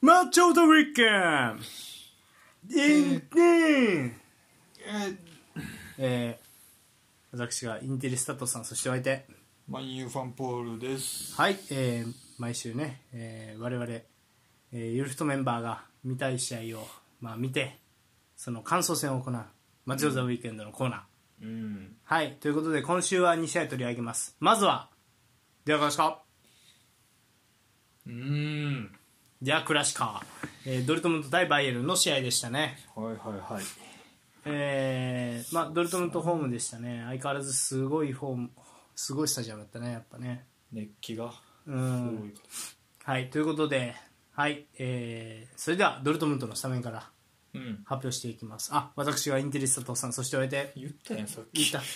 マッチョ・ザ・ウィーケンインテえー私がインテリスタトさんそしてお相手マンユーファンポールです。はい、えー毎週ね、えー我々、えー、ゆるふとメンバーが見たい試合を、まあ、見てその感想戦を行うマッチョ・ザ・ウィーケンドのコーナー、うん。はいということで今週は2試合取り上げますまずはではよろしくうん。じゃあクラシカ、えードルトムント対バイエルンの試合でしたね、はいはいはい。えーまあ、ドルトムントホームでしたね相変わらずすごいホームすごいスタジアムだったねやっぱね熱気がすうごんい。はいということではい、えーそれではドルトムントのスタメンからうん。発表していきますあ私はインテリスタトさんそしてお相手言ったやん、さっいき。た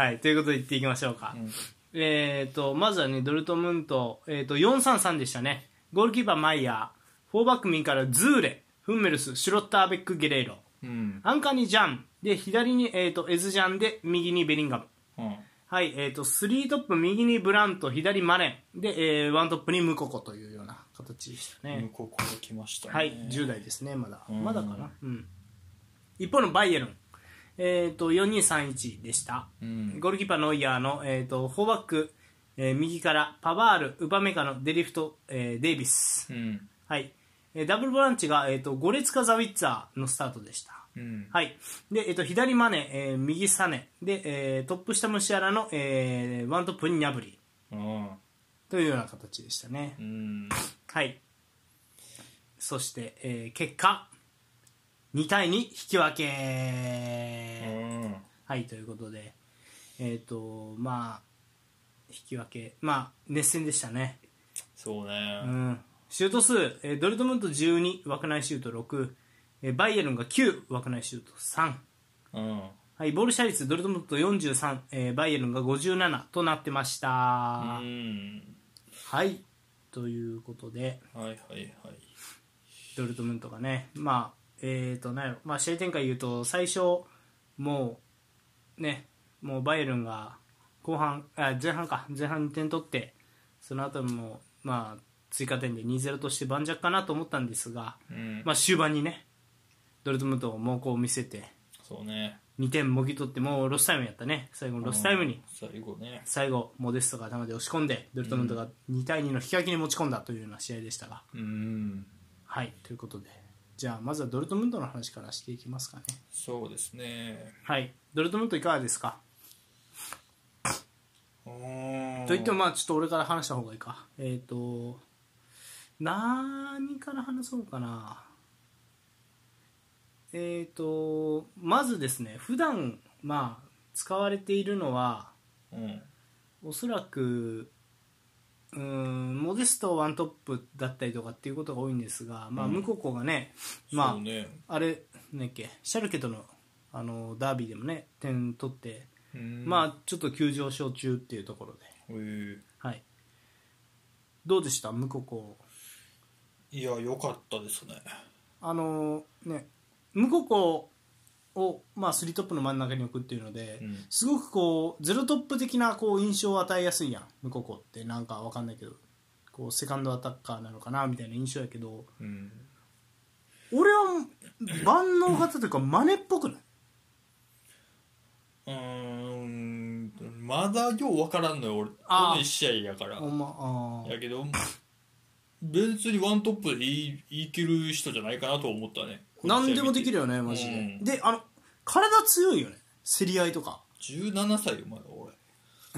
はいということで言っていきましょうか、うんえー、とまずはねドルトムント、えー、と433でしたねゴールキーパーマイヤー4バック右からズーレフンメルスシュロッターベック・ゲレイロうん。アンカーにジャンで左に、えー、とエズジャンで右にベリンガムうん。はいえー、と3トップ右にブラント左マレンで、えー、ワントップにムココというような形でしたね向こうから来ましたね。はい、10代ですね、まだ。うんまだかな。うん。一方のバイエルン。えっ、と、4231でした。うん。ゴールキーパーノイヤーの、えっ、と、4バック、えー右から、パバール、ウパメカのデリフト、えーデイビス。うん。はい。えーダブルボランチが、えっ、と、ゴレツカ・ザ・ウィッツァーのスタートでした。うん。はい。で、えっ、と、左マネ、えー右サネ。で、えートップ下ムシアラの、えーワントップにニャブリ。うん。というような形でしたね。うん。はい。そして、えー結果、2対2引き分うけ。ん。はい、ということで、えっ、と、まあ、引き分け、まあ、熱戦でしたね。そううね。ん。シュート数、えードルトムント12、枠内シュート6、えーバイエルンが9、枠内シュート3。うん。はい、ボール射率、ドルトムント43、えーバイエルンが57となってました。うん。はい、ということで、はいはいはい。ドルトムントがね、まあ、えーと、なんやろ、まあ、試合展開言うと、最初、もう、ね、もうバイエルンが、後半、あ、前半か、前半2点取って、その後も、まあ、追加点で2-0として盤石かなと思ったんですが、うん。まあ、終盤にね、ドルトムントを猛攻を見せて、そうね。 2点もぎ取って、もうロスタイムやったね、最後のロスタイムうにん、。最後ね。最後、モデストが頭で押し込んで、ドルトムントが2対2の引き分けに持ち込んだというような試合でしたが、うん。はい、ということで、じゃあまずはドルトムントの話からしていきますかね。そうですね。はい、ドルトムントいかがですかとと言っても、まあちょっと俺から話した方がいいか。えっ、と、何から話そうかな。えっ、と、まずですね、普段まあ使われているのは、うん。おそらく、うーんモデストワントップだったりとかっていうことが多いんですが、まあ、うんムココがね、まあそうね。あれなんだっけシャルケとのあのダービーでもね点取って、ままあ、あちょっと急上昇中っていうところで、えーはい、どうでしたムココいや良かったですねあのねムココを、まあ、3トップの真ん中に置くっていうので、うんすごくこうゼロトップ的なこう印象を与えやすいやんムココってなんかわかんないけどこうセカンドアタッカーなのかなみたいな印象やけどうん俺は万能型というか真似っぽくないんまだよう分からんのよ俺こあーの1試合やからほんまあーやけど別にワントップでいいいける人じゃないかなと思ったね何でもできるよよねマジで、うんであの体強いよね競り合いとか17歳よまだ俺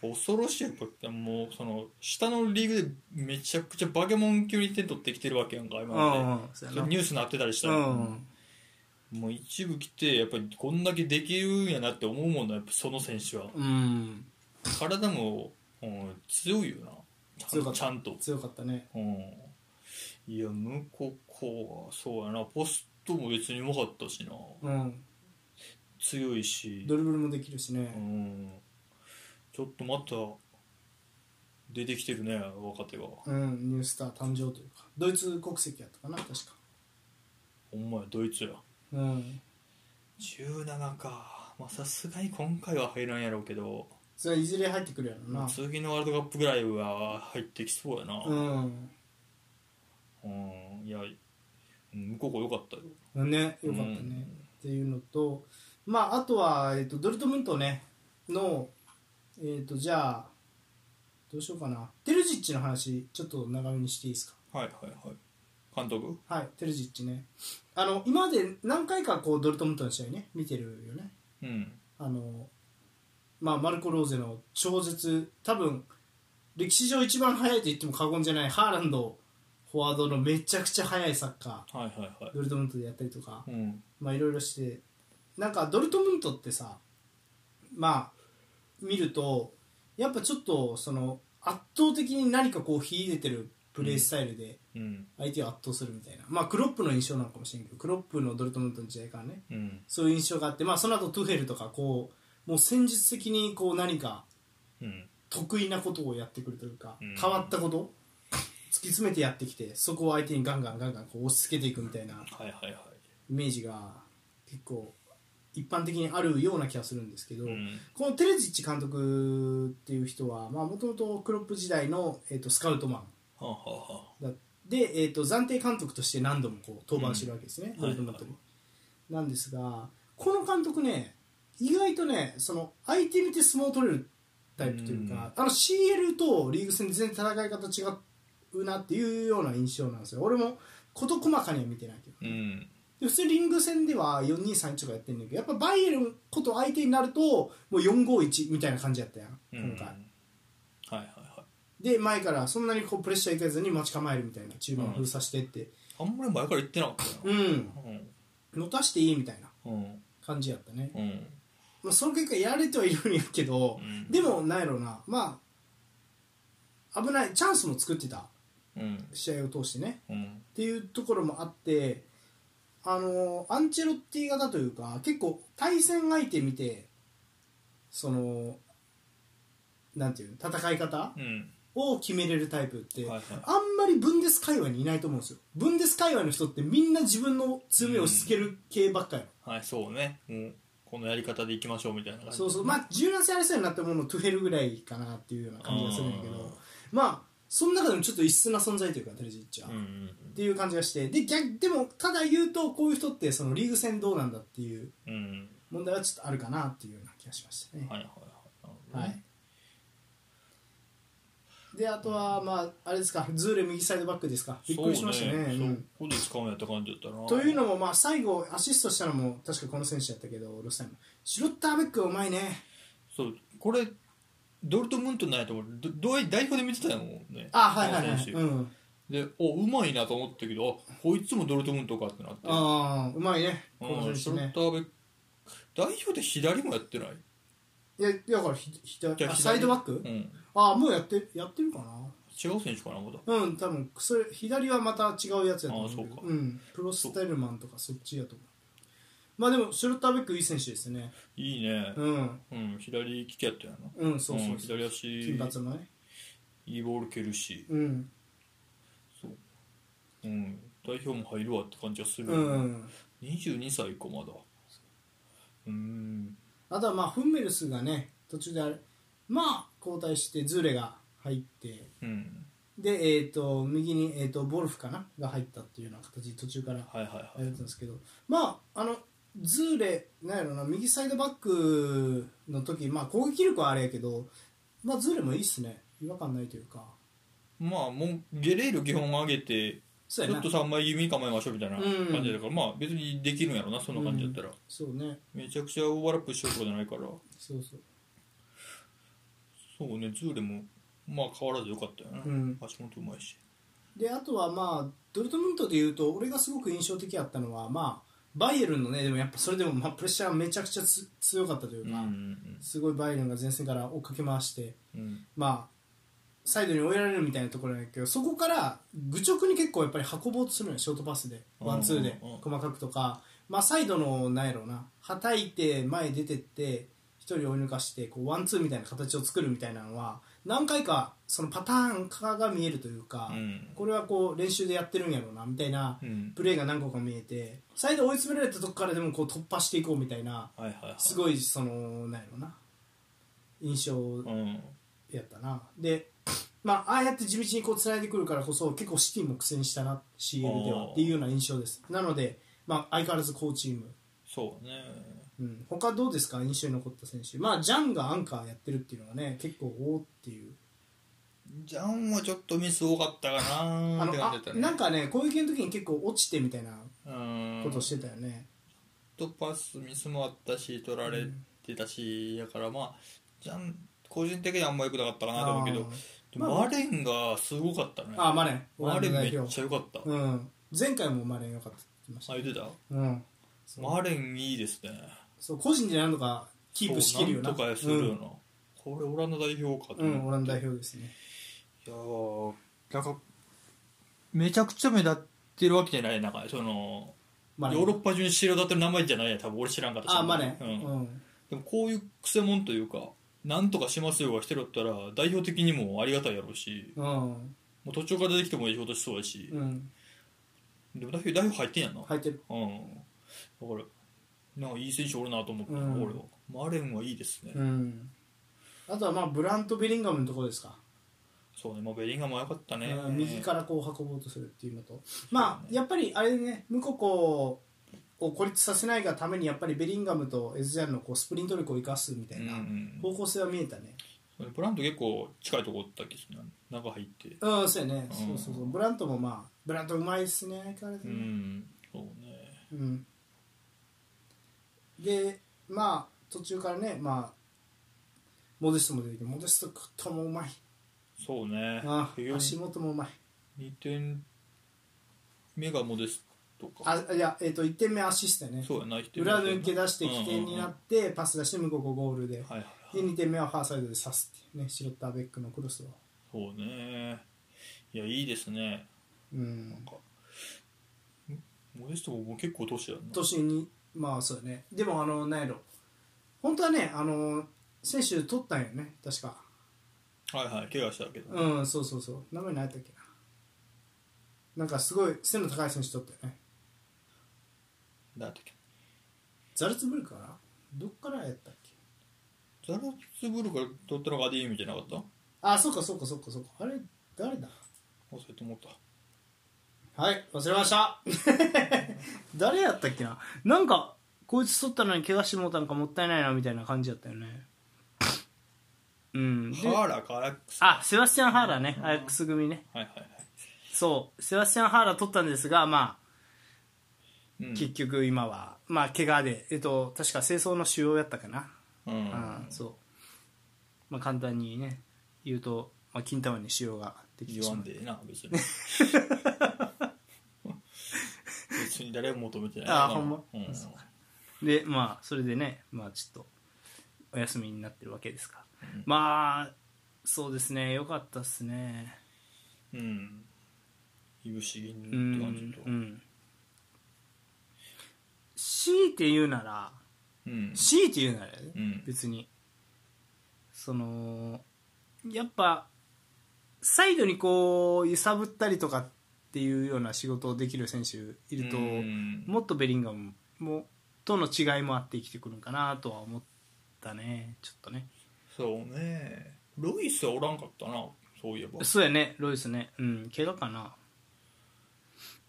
恐ろしいよこれもうその下のリーグでめちゃくちゃバケモン級に点取ってきてるわけやんかう今んまで、うんそうやなニュースなってたりしたうら、んもう一部来てやっぱりこんだけできるんやなって思うもんなやっぱその選手はうん体も、うん、強いよなちゃ強んかとったちゃんと、強かったねうん、いや向こうはそうやなポストも別にうまかったしなうん強いし、ドリブルもできるしうねん、ちょっとまた出てきてるね若手がうんニュースター誕生というかドイツ国籍やったかな確かほんまやドイツやうん17かまあさすがに今回は入らんやろうけどそれはいずれ入ってくるやろな次のワールドカップぐらいは入ってきそうやなううんいやうん向こうが良かったよんねよかったね、うんっていうのとまああとは、えっとドルトムントねのえっ、とじゃあどうしようかなテルジッチの話ちょっと長めにしていいですかはいはいはい監督はい、テルジッチね。あの今まで何回かこうドルトムントの試合ね、見てるよね。うんあのまあ、マルコ・ローゼの超絶、多分歴史上一番速いと言っても過言じゃないハーランド、フォワードのめちゃくちゃ速いサッカはいはいはー、ドルトムントでやったりとか、いうんまあ、いろいろして、なんかドルトムントってさ、まあ、見ると、やっぱちょっとその圧倒的に何かこう、秀でてるプレースタイルで。うん相手を圧倒するみたいな、まあ、クロップの印象なのかもしれんけどクロップのドルトムントの時代からねうんそういう印象があって、まあ、その後トゥヘルとかこうもう戦術的にこう何かうん得意なことをやってくるというか、うん変わったこと突き詰めてやってきてそこを相手にガンガンガンガンこう押し付けていくみたいなはいはいはイメージが結構一般的にあるような気がするんですけど、いうんこのテレジッチ監督っていう人はもともとクロップ時代の、えっとスカウトマンはあはあはあだで、えー、と暫定監督として何度もこう登板してるわけですね、うんドルトムントになんですがこの監督ね意外とねその相手見て相撲を取れるタイプというか、あの CL とリーグ戦全然戦い方違うなっていうような印象なんですよ俺も事細かには見てないけど、うんで普通リング戦では4231とかやってるんだけどやっぱバイエルンこと相手になるともう451みたいな感じやったやんうん今回、はいはいはいで前からそんなにこうプレッシャーいかずに待ち構えるみたいな中盤を封鎖してって、あんまり前から言ってなかったうよんなうん持たしていいみたいなうん感じやったね、うんまあ、その結果やれてはいるんやけど、うんでもなんやろうなまあ危ないチャンスも作ってたうん試合を通してねうんっていうところもあってあのアンチェロッティ型というか結構対戦相手見てそのなんていうの戦い方うんを決めれるタイプって、はいはいあんまりブンデス界隈にいないと思うんですよブンデス界隈の人ってみんな自分の強みを押し付ける系ばっかり、はいそうねもうこのやり方でいきましょうみたいな感じそうそうまあ柔軟性ありそうになったものトゥヘルぐらいかなっていうような感じがするんだけうんどまあその中でもちょっと異質な存在というかテレジッチは、うんっうんていう感じがしてで逆でもただ言うとこういう人ってそのリーグ戦どうなんだっていううん問題はちょっとあるかなっていうような気がしましたねはいはいはいは、ないであとはまああれですかズーレ右サイドバックですかびるっほくどねりしましたねそううんここで使うんやった感じだったなというのもまあ最後アシストしたのも確かこの選手やったけどロスタイムシュロッターベックうまいねそうこれドルトムントないと思うどどうい代表で見てたんやもんねあはいはいはこのい、選う手ん、でおうまいなと思ったけどあこいつもドルトムントかってなってああうまいねこうのんシ選ョ手ルねターベック代表で左もやってないいやだからひ左あ左サイドバック、うんああもうやってやってるかな違う選手かなまだうん多分それ左はまた違うやつやと思うけどあーそうかん、プロスタイルマンとかそっちやと思うまあでもシュロッターベックいい選手ですねいいねうんうん左利きやったよなうんそうそううんそう左足金髪のねいいボール蹴るしうんそううん代表も入るわって感じがする、うん22歳かまだうーんあとはまあフンメルスがね途中であれまあ交代してズーレが入ってうんでえっ、と右に、えー、とボルフかなが入ったっていうような形で途中からはいはいやはれいたんですけどまああのズーレなんやろな右サイドバックの時まあ攻撃力はあれやけどまあズーレもいいっすね違和感ないというかまあもうゲレール基本上げてちそうやょっなと3枚弓構えましょうみたいなうん感じだから、まあ別にできるんやろなそんな感じだったら、そうねめちゃくちゃオーバーラップしようとかじゃないからそうそうそうねズーレもまあ変わらずよかったよな、うん足元うまいしであとはまあドルトムントでいうと俺がすごく印象的やったのはまあバイエルンのねでもやっぱそれでもまあプレッシャーめちゃくちゃつ強かったといううんか、すごいバイエルンが前線から追っかけ回してうんうんまあサイドに追いやられるみたいなところなんだけどそこから愚直に結構やっぱり運ぼうとするのよショートパスでワンツーでうんうんうん細かくとか、まあ、サイドのなんやろうなはたいて前出てって1人追い抜かしてこうワンツーみたいな形を作るみたいなのは何回かそのパターン化が見えるというか、うんこれはこう練習でやってるんやろうなみたいなうんプレーが何個か見えてサイド追い詰められたとこからでもこう突破していこうみたいなはいはいはいすごいそのなんやろうな印象うんやったなで、まあ、ああやって地道にこうつないでくるからこそ結構シティも苦戦したな CL ではあーっていうような印象ですなので、まあ、相変わらず好チーム、そうねうん、他どうですか印象に残った選手まあジャンがアンカーやってるっていうのはね結構おおっていうジャンはちょっとミス多かったかなあーっのあて感じだったねなんかね攻撃の時に結構落ちてみたいなうんことしてたよね、ちょっとパスミスもあったし取られてたし、やからまあジャン個人的にはあんま良くなかったかなと思うけどでもまあマレンがすごかったねあーあーマレンマレンめオランダ代っ表ちゃ良かった、あうん、前回もマレン良かったって言ってました、言ってたうん、そうマレンいいですねそう個人でなんとかキープしきるよなそうなんとかするよな、うんこれオランダ代表かとうん、オ思ラっンてダ代表ですねいやーなんかめちゃくちゃ目立ってるわけじゃないなんかそのマレンヨーロッパ中に知り渡ってる名前じゃないや多分俺知らんかったしあマレン、ううんんでもこういうくせ者というかなんとかしますよがしてるったら代表的にもありがたいやろうしうんもう途中から出てきてもいい仕事しそうやし、うん、でも代表代表入ってんやな、入ってるうんだからなんかいい選手おるなと思った、うん俺はマレンはいいですね、うんあとはまあブラント・ベリンガムのところですか、そうね、まあ、ベリンガムは良かったね、うん右からこう運ぼうとするっていうのとまそうあねやっぱりあれねムココを孤立させないがためにやっぱりベリンガムとエズジャンのこうスプリント力を生かすみたいなうんうん方向性は見えたねブラント結構近いとこおったっけどね中入ってうん、そうやね、うんそうそうそうブラントもまあブラントうまいっすね相変わらずうねんそうねうん、でまあ途中からねまあモデストも出てきてモデストクットもうまいそうねあ結局足元もうまい2点目がモデストかあいや、えっと1点目アシストやねそうやな1点目裏抜け出して起点になっうんうんてパス出して向こうゴールでうんはいはいはでい2点目はファーサイドで刺すっていうねシロッターベックのクロスをそうねいやいいですねうんモデストももう結構年やんな年にまあそうやねでもあのなんやろ本当はねあの選手取ったんよね確かはいはい怪我したけど、うんそうそうそう名前何やったっけななんかすごい背の高い選手取ったよねなんだっけザルツブルクかなどっからやったっけザラツブルから取ったのがアディーミじゃなかったあそうかそうかそうかそうかあれ誰だ忘れて思ったはい忘れました 誰やったっけななんかこいつ取ったのに怪我してもうたんかもったいないなみたいな感じやったよねうんでハーラかアラックスあセバスチャン・ハーラねアヤックス組ねはいはいはいそうセバスチャン・ハーラ取ったんですがまあうん結局今は、まあ怪我で、えっと、確か清掃の腫瘍やったかな、うんうんそう、まあ、簡単にね言うと、まあ、金玉に腫瘍ができて言しわまんうでええな別 に別に誰も求めてないあほんまうん、そうでまあそれでねまあちょっとお休みになってるわけですが、うんまあそうですねよかったっすねうんいぶし銀ってうん感じとうん強いて言うならうん強いて言うならね、うん別にそのやっぱサイドにこう揺さぶったりとかっていうような仕事をできる選手いると、うんもっとベリンガムもとの違いもあって生きてくるんかなとは思ったねちょっとねそうねロイスはおらんかったなそういえば、そうやねロイスねうん怪我かな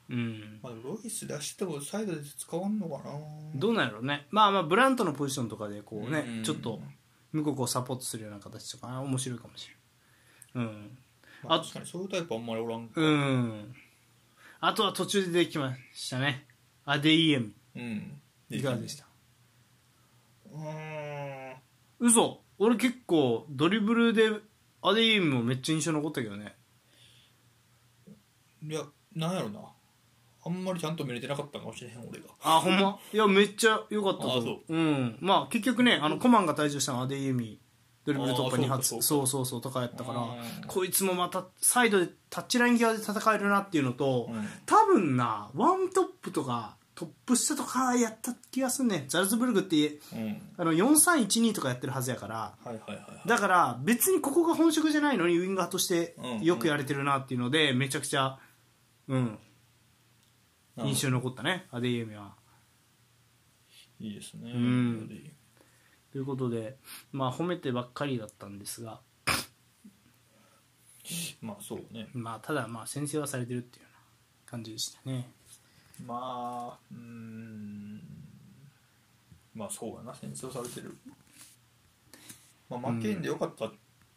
うんまあ、ロイス出してもサイドで使わんのかなどうなんやろうねまあまあブラントのポジションとかでこうね、うんちょっと向こうをサポートするような形とか面白いかもしれないうんまあ、あ確かにそういうタイプあんまりおらんうん。あとは途中でできましたね。アデイエム。うんいかがでしたうーん嘘俺結構ドリブルでアデイエムもめっちゃ印象残ったけどね。いやなんやろなあんまりちゃんと見れてなかったかもしれへん俺があ、ほんまいや、めっちゃ良かったとあ思。そううん。まあ結局ね、あの、コマンが退場したのはアデイエム。ドリブル突破2発あーそうそうそうとかやったかうんらこいつもまたサイドでタッチライン際で戦えるなっていうのと、うん多分なワントップとかトップ下とかやった気がすんねザルツブルグってうんあの4312とかやってるはずやからはいはいはいだから別にここが本職じゃないのにウインガーとしてうんよくやれてるなっていうのでめちゃくちゃ、うん、はい印象に残ったねアデイエミはいいですねうんということで、まあ、褒めてばっかりだったんですが、まあそうねまあ、ただ、まあ、先制はされてるっていうような感じでしたね。まあうーんまあそうやな戦争されてるまあ負けんでよかったっ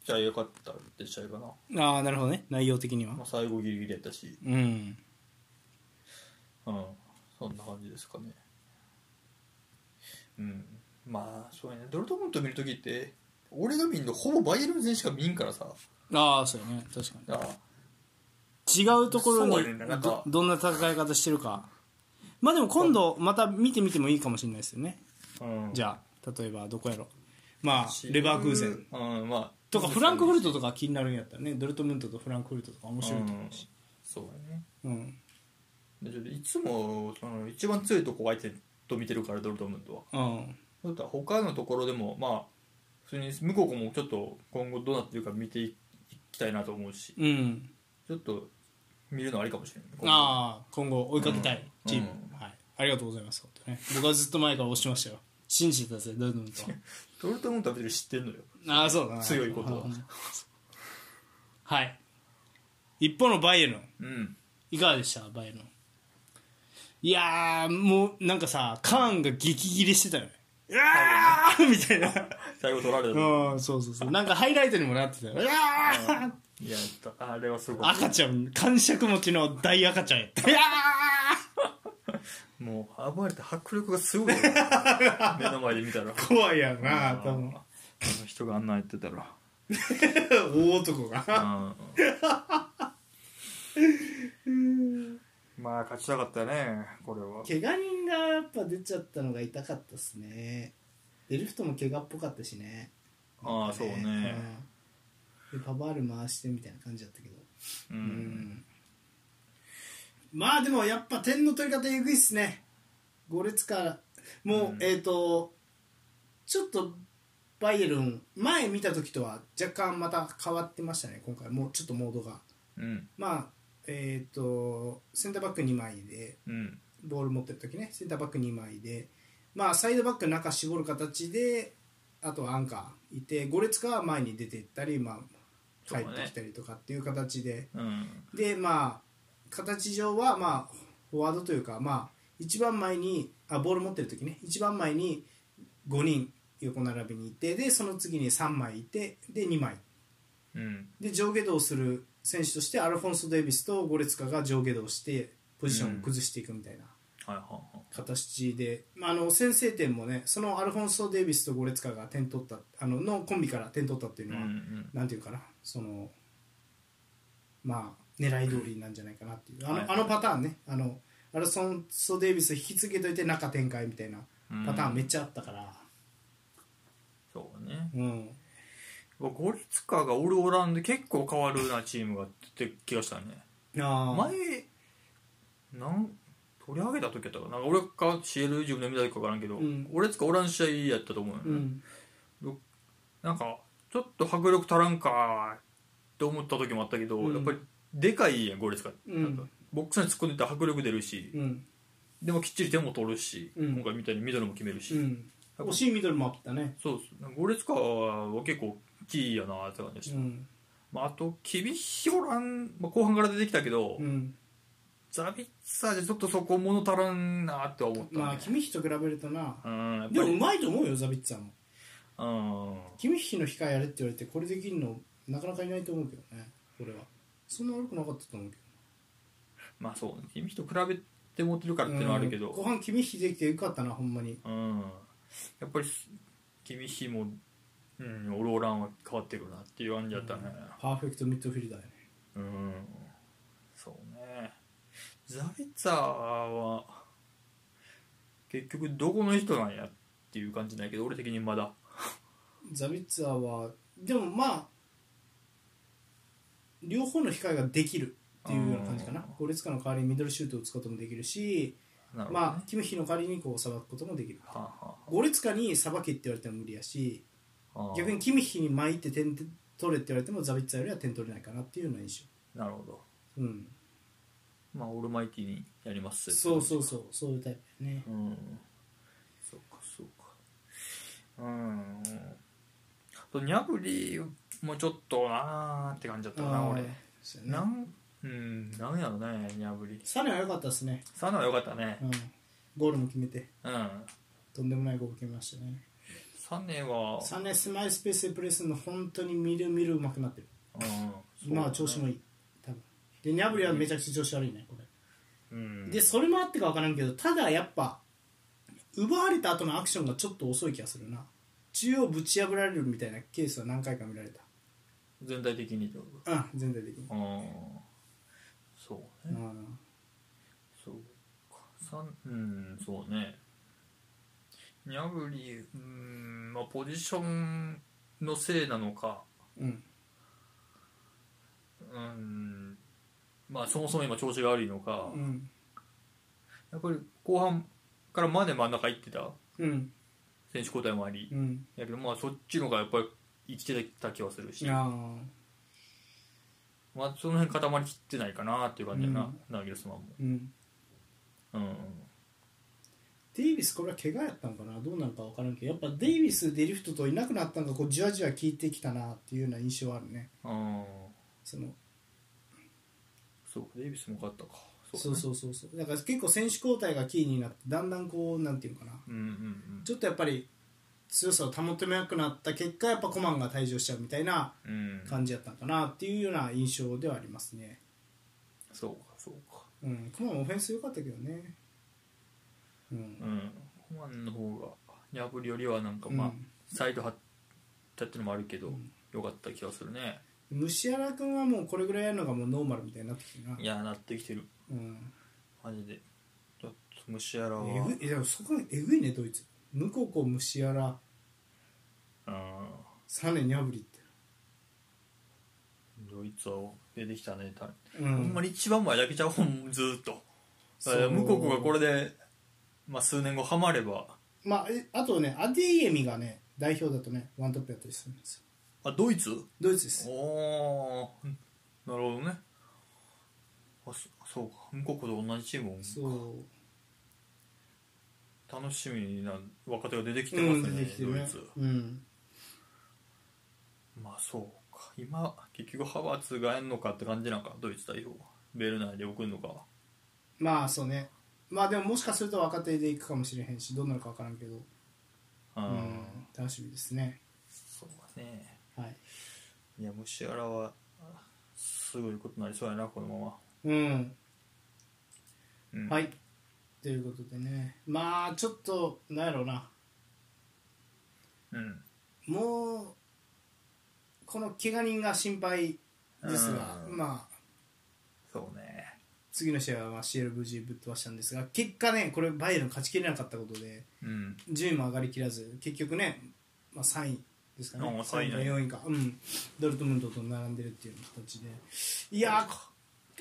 ちゃよかったって試合かな、ああ、なるほどね、内容的にまあ、は。最後ギリギリやったしうん。うんそんな感じですかねうんまあそうやねドルトムント見るときって俺が見んのほぼバイエルン戦しか見んからさああ、そうよね、確かに。だから違うところそうにやねんななんどかどんな戦い方してるかまあでも今度また見てみてもいいかもしれないですよねうんじゃあ例えばどこやろまあレバークーゼンうんまあとかフランクフルトとか気になるんやったらねドルトムントとフランクフルトとか面白いと思うしそうやねうんでちょっといつもその一番強いとこ相手と見てるからドルトムントはうんだったら他のところでもまあ普通に向こうもちょっと今後どうなってるか見ていきたいなと思うしうんちょっと見るのありかもしれないああ今後追いかけたいうんチームうんはいありがとうございます本当ね僕はずっと前から推してましたよ信じてたぜドルトム ントはドルトムントは別に知ってるのよああそうだな強いことはうんはい一方のバイエルンうんいかがでしたバイエルンいやーもうなんかさカーンが激切れしてたよねうわーみたいな最後取られるうんそうそうそうなんかハイライトにもなってたようわーいやあれはすごい赤ちゃん感触持ちの大赤ちゃんやったいやもう暴れて迫力がす ごいよ目の前で見たらー怖いやろなあ多分の人があんなやってたら大男がまあ勝ちたかったねこれは怪我人がやっぱ出ちゃったのが痛かったっすねデルフトも怪我っぽかったしねああそうねうんでパバール回してみたいな感じだったけどううんんまあでもやっぱ点の取り方えぐいっすね5列からもう、うんえっ、とちょっとバイエルン前見た時とは若干また変わってましたね今回もうちょっとモードがうんまあえっ、とセンターバック2枚でうんボール持ってる時ねセンターバック2枚でまあサイドバック中絞る形であとはアンカーいてゴレツカは前に出ていったり、まあ、そう帰だっねてきたりとかっていう形で、うんでまあ形上はまあフォワードというかまあ一番前にあボール持ってる時ね一番前に5人横並びにいてでその次に3枚いてで2枚うんで上下動する選手としてアルフォンソ・デイビスとゴレツカが上下動してポジションを崩していくみたいなはいはいはい形で、まあ、あの先制点もねそのアルフォンソ・デイビスとゴレツカが点取ったあののコンビから点取ったっていううのは、んなんていうかなそのまあ狙い通りなんじゃないかなっていうあの,、はいあのパターンねあのアルソンソ・デイビス引き継げといて中展開みたいなうんパターンめっちゃあったからそうねうん、ゴリツカがおるおらんで結構変わるなチームがって気がしたねあー前なん取り上げた時やったかななんか俺が CL 自分で見た時か分からんけど、うん俺つかおらん試合やったと思うよね、うんなんかちょっと迫力足らんかって思った時もあったけど、うんやっぱりでかいやんゴリツカ、うんなんかボックスに突っ込んでいったら迫力出るし、うんでもきっちり手も取るし、うん今回みたいにミドルも決めるし、うん惜しいミドルもあったねそうですねゴリツカは結構キーやなって感じでしうた、んまあ、あとキビヒョラン、まあ、後半から出てきたけど、うんザビッツァーじゃちょっとそこ物足らんなって思った、ね、まあキミヒと比べるとなうんやっでぱもうりまいと思うよザビッツァもうんキミヒの控えやれって言われてこれできるのなかなかいないと思うけどね俺はそんな悪くなかったと思うけどまあそうね君と比べて持ってるからっていうのはあるけどうん後半君秀樹てよかったなほんまにうんやっぱり君比もうんオローランは変わってくるなっていう感じだったねパーフェクトミッドフィルダーやねうん、そうねザビッツァーは結局どこの人なんやっていう感じないけど俺的にまだザビッツァーはでもまあ両方の控えができるっていうような感じかなうんゴレツカの代わりにミドルシュートを打つこともできるしなるほど、ね、まあキムヒの代わりにこうさばくこともできるはあはゴレツカにさばけって言われても無理やしあはあ逆にキムヒに巻いて点取れって言われてもザビッツァーよりは点取れないかなっていうような印なるほど象うんまあオールマイティにやりますそうそうそうそういうタイプねうんそうかそうかうんあとニャブリもちょっとなーって感じだったな俺そうやなねんうんなんやろねニャブリサネは良かったですね、サナは良かったねうん、ゴールも決めてうんとんでもないゴール決めましたねサネはサネスマイスペースでプレーするの本当にみるみるうまくなってるうんそう今は調子もいい多分でニャブリはめちゃくちゃ調子悪いねこれうんでそれもあってか分からんけどただやっぱ奪われた後のアクションがちょっと遅い気がするな中央ぶち破られるみたいなケースは何回か見られた全体的にってことうん全体的に、うんそううねん、そうかサンうんそうねニャブリうんまあポジションのせいなのかうん、うんまあそもそも今調子が悪いのか、うん、やっぱり後半からマネ真ん中行ってたうん、選手交代もあり、うん、やけどまあそっちの方がやっぱり生きてた気はするし、あまあ、その辺固まりきってないかなっていう感じやな、うんナギルスマンも、ーうん。うん、デイビス、これは怪我やったのかな、どうなのか分からんけど、やっぱデイビス、デリフトといなくなったのがこうじわじわ効いてきたなっていうような印象はあるね。あそのそうデイビスも勝ったかそううそうそうそうだから結構選手交代がキーになってだんだんこうなんていうのかなだねうんうんちょっとやっぱり強さを保てなくなった結果やっぱコマンが退場しちゃうみたいなうん、うん、感じだったのかなっていうような印象ではありますね、そうかそうかうん、コマンオフェンス良かったけどねううんんコマンの方がニャブリよりはなんかまあ、うんサイド張ったってのもあるけど、うんよかった気がするね虫原君はもうこれぐらいやるのがもうノーマルみたいになってきてるな、いやなってきてるうん、マジでちょっと虫やらはえぐいいやでもそこえぐいねドイツムココ虫原うんサネニャブリって、ドイツは出てきたねたうん、ほんまに一番前だけちゃうほん ずーっとだからそう向こうがこれで、まあ、数年後ハマればまあ、えあとねアディエミがね代表だとねワントップやったりするんですよあドイツドイツですおーなるほどねあそそうか向こうと同じチームそ楽しみな若手が出てきう、てますね,、出てきてるドねイツうんまあそうか今結局ハバーツがやんのかって感じなんかドイツ代表はベルナーで送るのかまあそうねまあでももしかすると若手でいくかもしれへんしどうなるか分からんけど、うん、うん、楽しみですねそうだねはいいや虫らはすごいことになりそうやなこのまま、うん、うんはいということでねまあちょっとなんやろうなうんもうこの怪我人が心配ですがうんまあそうね次の試合はまあ CLVG ぶっ飛ばしたんですが結果ねこれバイエルン勝ちきれなかったことでうん順位も上がりきらず結局ね、まあ、3位ですかねう3ん位か3位4位か、うん、ドルトムントと並んでるっていう形でいやー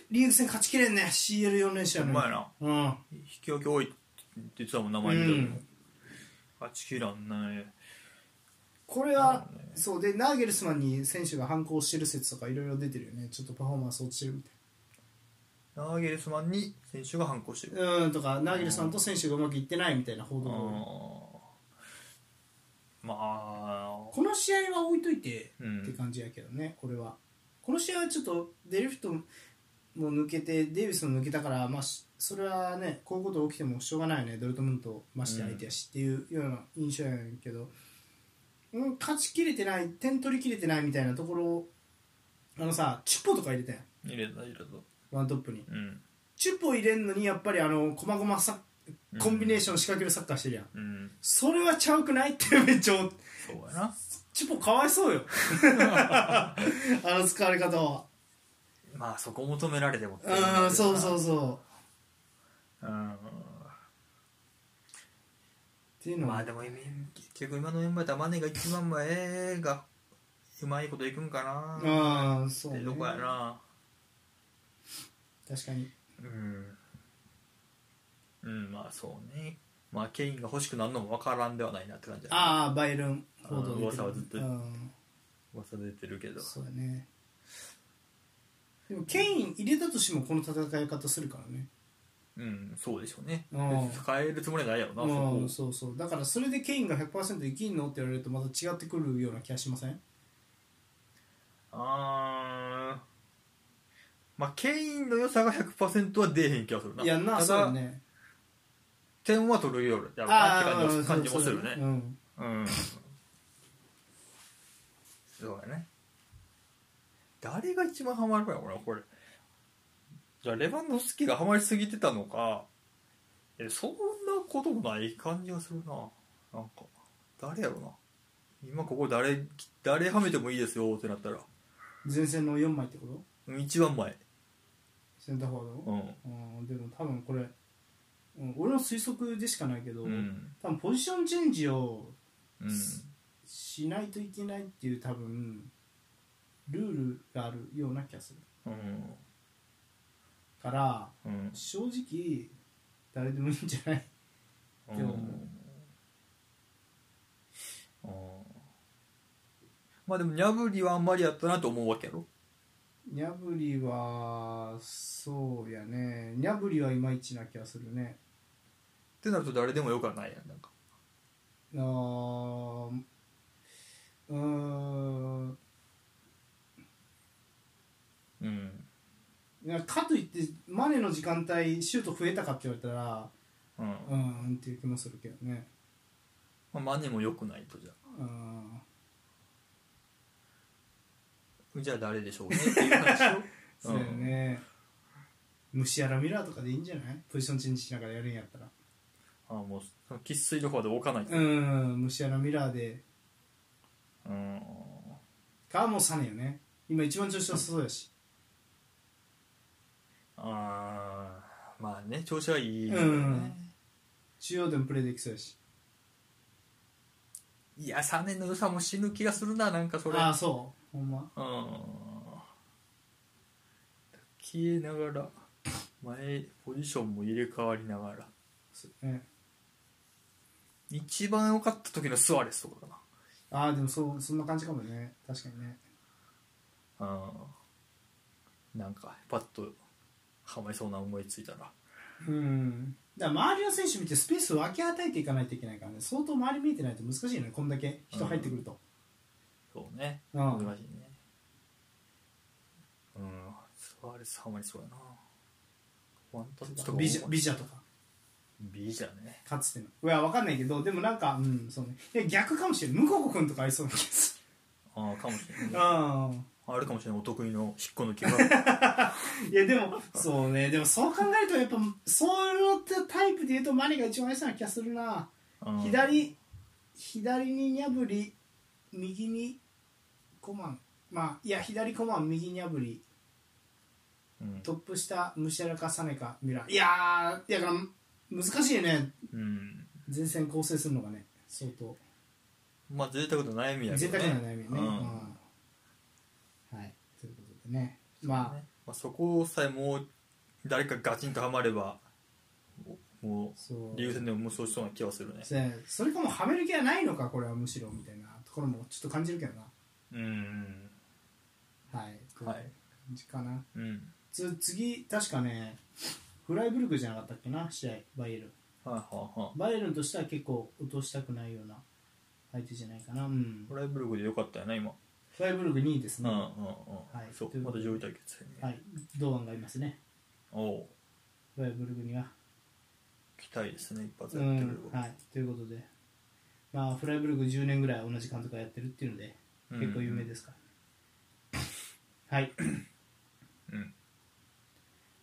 リーグ戦勝ちきれんね CL4 連勝ほんやまのやになうん引き分け多いって言ってたもん名前見たけど、うん勝ちきらんねこれはそうそねうでナーゲルスマンに選手が反抗してる説とかいろいろ出てるよねちょっとパフォーマンス落ちてるみたいナーゲルスマンに選手が反抗してる、なうんとかナーゲルさんと選手がうまくいってないみたいな報う道んも、まあこの試合は置いといてうってん感じやけどね、これはこの試合はちょっとデリフトも抜けてデイビスも抜けたから、まあ、しそれはねこういうこと起きてもしょうがないよねドルトムントまして相手やし、っていうような印象やねんけど、うん、勝ちきれてない点取りきれてないみたいなところをあのさチュッポとか入れたやん入れた入れたワントップにうんチュッポ入れんのにやっぱりあの細々さコンビネーション仕掛けるサッカーしてるやん、うんそれはちゃうくないってめっちゃ思ってそうや なチュッポかわいそうよ あの使われ方はまあそこ求められてもっていのうはんそうそううそううんっていうのまは、あでも今結局今のメンバーだマネが一番前がうまいこといくんかなああそう、っね、てとこやな確かにうん、うん、まあそうねまあケインが欲しくなるのも分からんではないなって感じだなああバイエルン報道うん噂はずっとうん噂出てるけどそうだねでもケイン入れたとしてもこの戦い方するからねうん、そうでしょうね。うん使えるつもりはないやろな、そこうん、そうそうだからそれでケインが100%生きんのって言われるとまた違ってくるような気がしませんあーまあ、ケインの良さが100%は出えへん気がするな。いやなたそうだ、よね点は取るようやろなって感じは感じもするね。うんうん。そうだね。誰が一番ハマるかや俺はこれ。じゃあ、レバンドフスキがハマりすぎてたのか、え、そんなこともない感じがするな。なんか、誰やろな。今ここ誰、誰はめてもいいですよってなったら、前線の4枚ってことうん一番前。センターフォワードうん。うんでも多分これ、うん、俺の推測でしかないけど、うん。多分ポジションチェンジをうん。しないといけないっていう多分ルールがあるような気がするうん。からうん。正直誰でもいいんじゃない って思ううんまあでも、ニャブリはあんまりやったなと思うわけやろ。ニャブリはそうやねニャブリはいまいちな気がするねってなると誰でもよくはないやんなんかあーうーんうんいやかといってマネの時間帯シュート増えたかって言われたらうん、うーんっていう気もするけどねまあ、マネもよくないとじゃうーんあじゃあ誰でしょうねっていう 話をそうだよね、虫やらミラーとかでいいんじゃないポジションチェンジしながらやるんやったらあもうその生粋の方で置かないとうーん虫やらミラーでうんかもうサネよね今一番調子良さそうやしあーまあね調子はいいよね、うん中央でもプレーできそうやしいや3年の良さも死ぬ気がするななんかそれああそうほんまうん消えながら前ポジションも入れ替わりながらそうね一番良かった時のスアレスとかかなああでもそうそんな感じかもね確かにねうんなんかパッとはまりそうな思いついたらうんだから周りの選手見てスペースを分け与えていかないといけないからね相当周り見えてないと難しいよねこんだけ人入ってくると、そうねうん難しいねうんスアレスはまりそうやなワンタッチとかビジャビジャとかビジャねかつてのいや分かんないけどでもなんかうんそうねいや逆かもしれない向こう君とかありそうな気がすああかもしれるないうんあるかもしれないお得意の引っこ 抜きがいやでもそうねでもそう考えるとやっぱそういうタイプで言うとマネが一番合いそうな気がするな、うん左左にニャブリ右にコマンまあいや左コマン右ニャブリうんトップ下ムシャラかサネかミラーいやーいやだから難しいよねうん前線構成するのがね相当まあ贅沢な悩みやけ贅どね沢な悩みね、ううんんまはいということでねまああそこさえもう誰かガチンとはまればもそうう理由戦でも無双しそうな気はするねそうやそれかもうはめる気はないのかこれはむしろみたいなところもちょっと感じるけどなうんはいは感いじかなうんつ次確かねフライブルクじゃなかったっけな試合バイエルンはいはいはいバイエルンとしては結構落としたくないような相手じゃないかなうんフライブルグでよかったよね今フライブルク2位ですうんね、うんうん、はいそとういうことまたで上位対決戦ね、はい堂安がいますねおおうフライブルクには期待ですね一発うやってくれんば、はいということでまあフライブルク10年ぐらい同じ監督がやってるっていうのでうん結構有名ですから、はいうん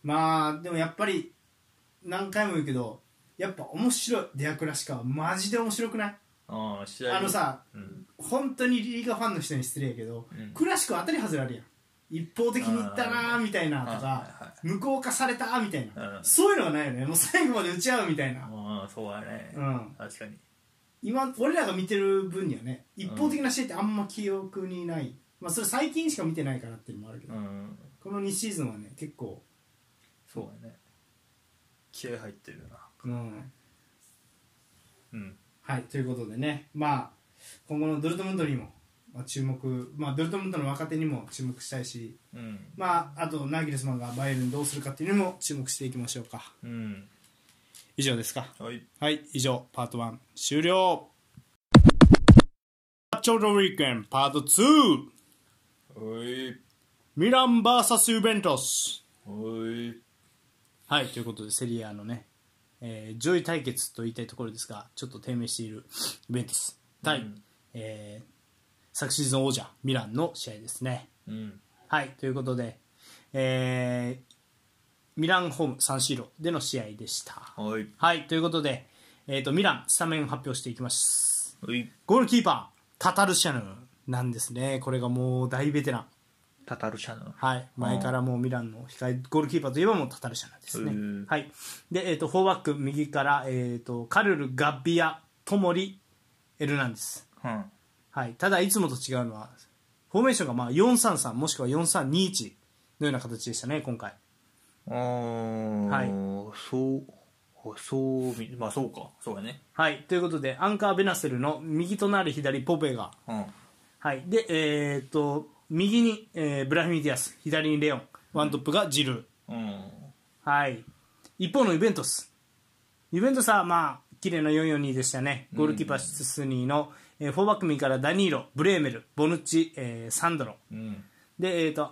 まあでもやっぱり何回も言うけどやっぱ面白いデアクラシカはマジで面白くないああ試合あのさうん本当にリーガファンの人に失礼やけど、うんクラシックは当たり外れあるやん一方的にいったなーみたいなとあーはいかは無効化されたーみたいなうんそういうのがないよねもう最後まで打ち合うみたいなああそうだね、うん確かに今俺らが見てる分にはね一方的な試合ってあんま記憶にないまあそれ最近しか見てないからっていうのもあるけどうんこの2シーズンはね結構そうだね気合入ってるよなうんうんはいということでねまあ今後のドルトムントにもまあ、注目、まあ、ドルトムントの若手にも注目したいし、うんまあ、あとナギルスマンがバイエルンどうするかっていうのも注目していきましょうかうん以上ですかはいはい以上パート1終了ちょうどウィークエンパート2はいミラン VS ユベントスはいはいということでセリアのね、えー上位対決と言いたいところですがちょっと低迷している ユベントス対、うんえー昨シーズン王者ミランの試合ですねうんはい、ということで、えーミランホームサンシーロでの試合でした。はいはい、ということで、えー、とミランスタメン発表していきます。はいゴールキーパー、タタルシャヌなんですね。これがもう大ベテラン。タタルシャヌはい、前からもうミランの控えゴールキーパーといえばもうタタルシャナですねう。んはい、で、えー、とフォーバック右から、えー、とカルル、ガッビア、トモリ、エルナンデス。うんはい、ただいつもと違うのはフォーメーションがまあ433もしくは4321のような形でしたね今回あーはそうそうみまあそうかそうやねはいということでアンカーベナセルの右となる左ポペがうんはいでえーっと右に、えーブラヒミディアス左にレオンワントップがジルー、うんはい一方のユベントスユベントスはまあ綺麗な442でしたねゴールキーパーススニーの、えーフォーバック右からダニーロブレーメルボヌッチ、えーサンドロうんで、えー、と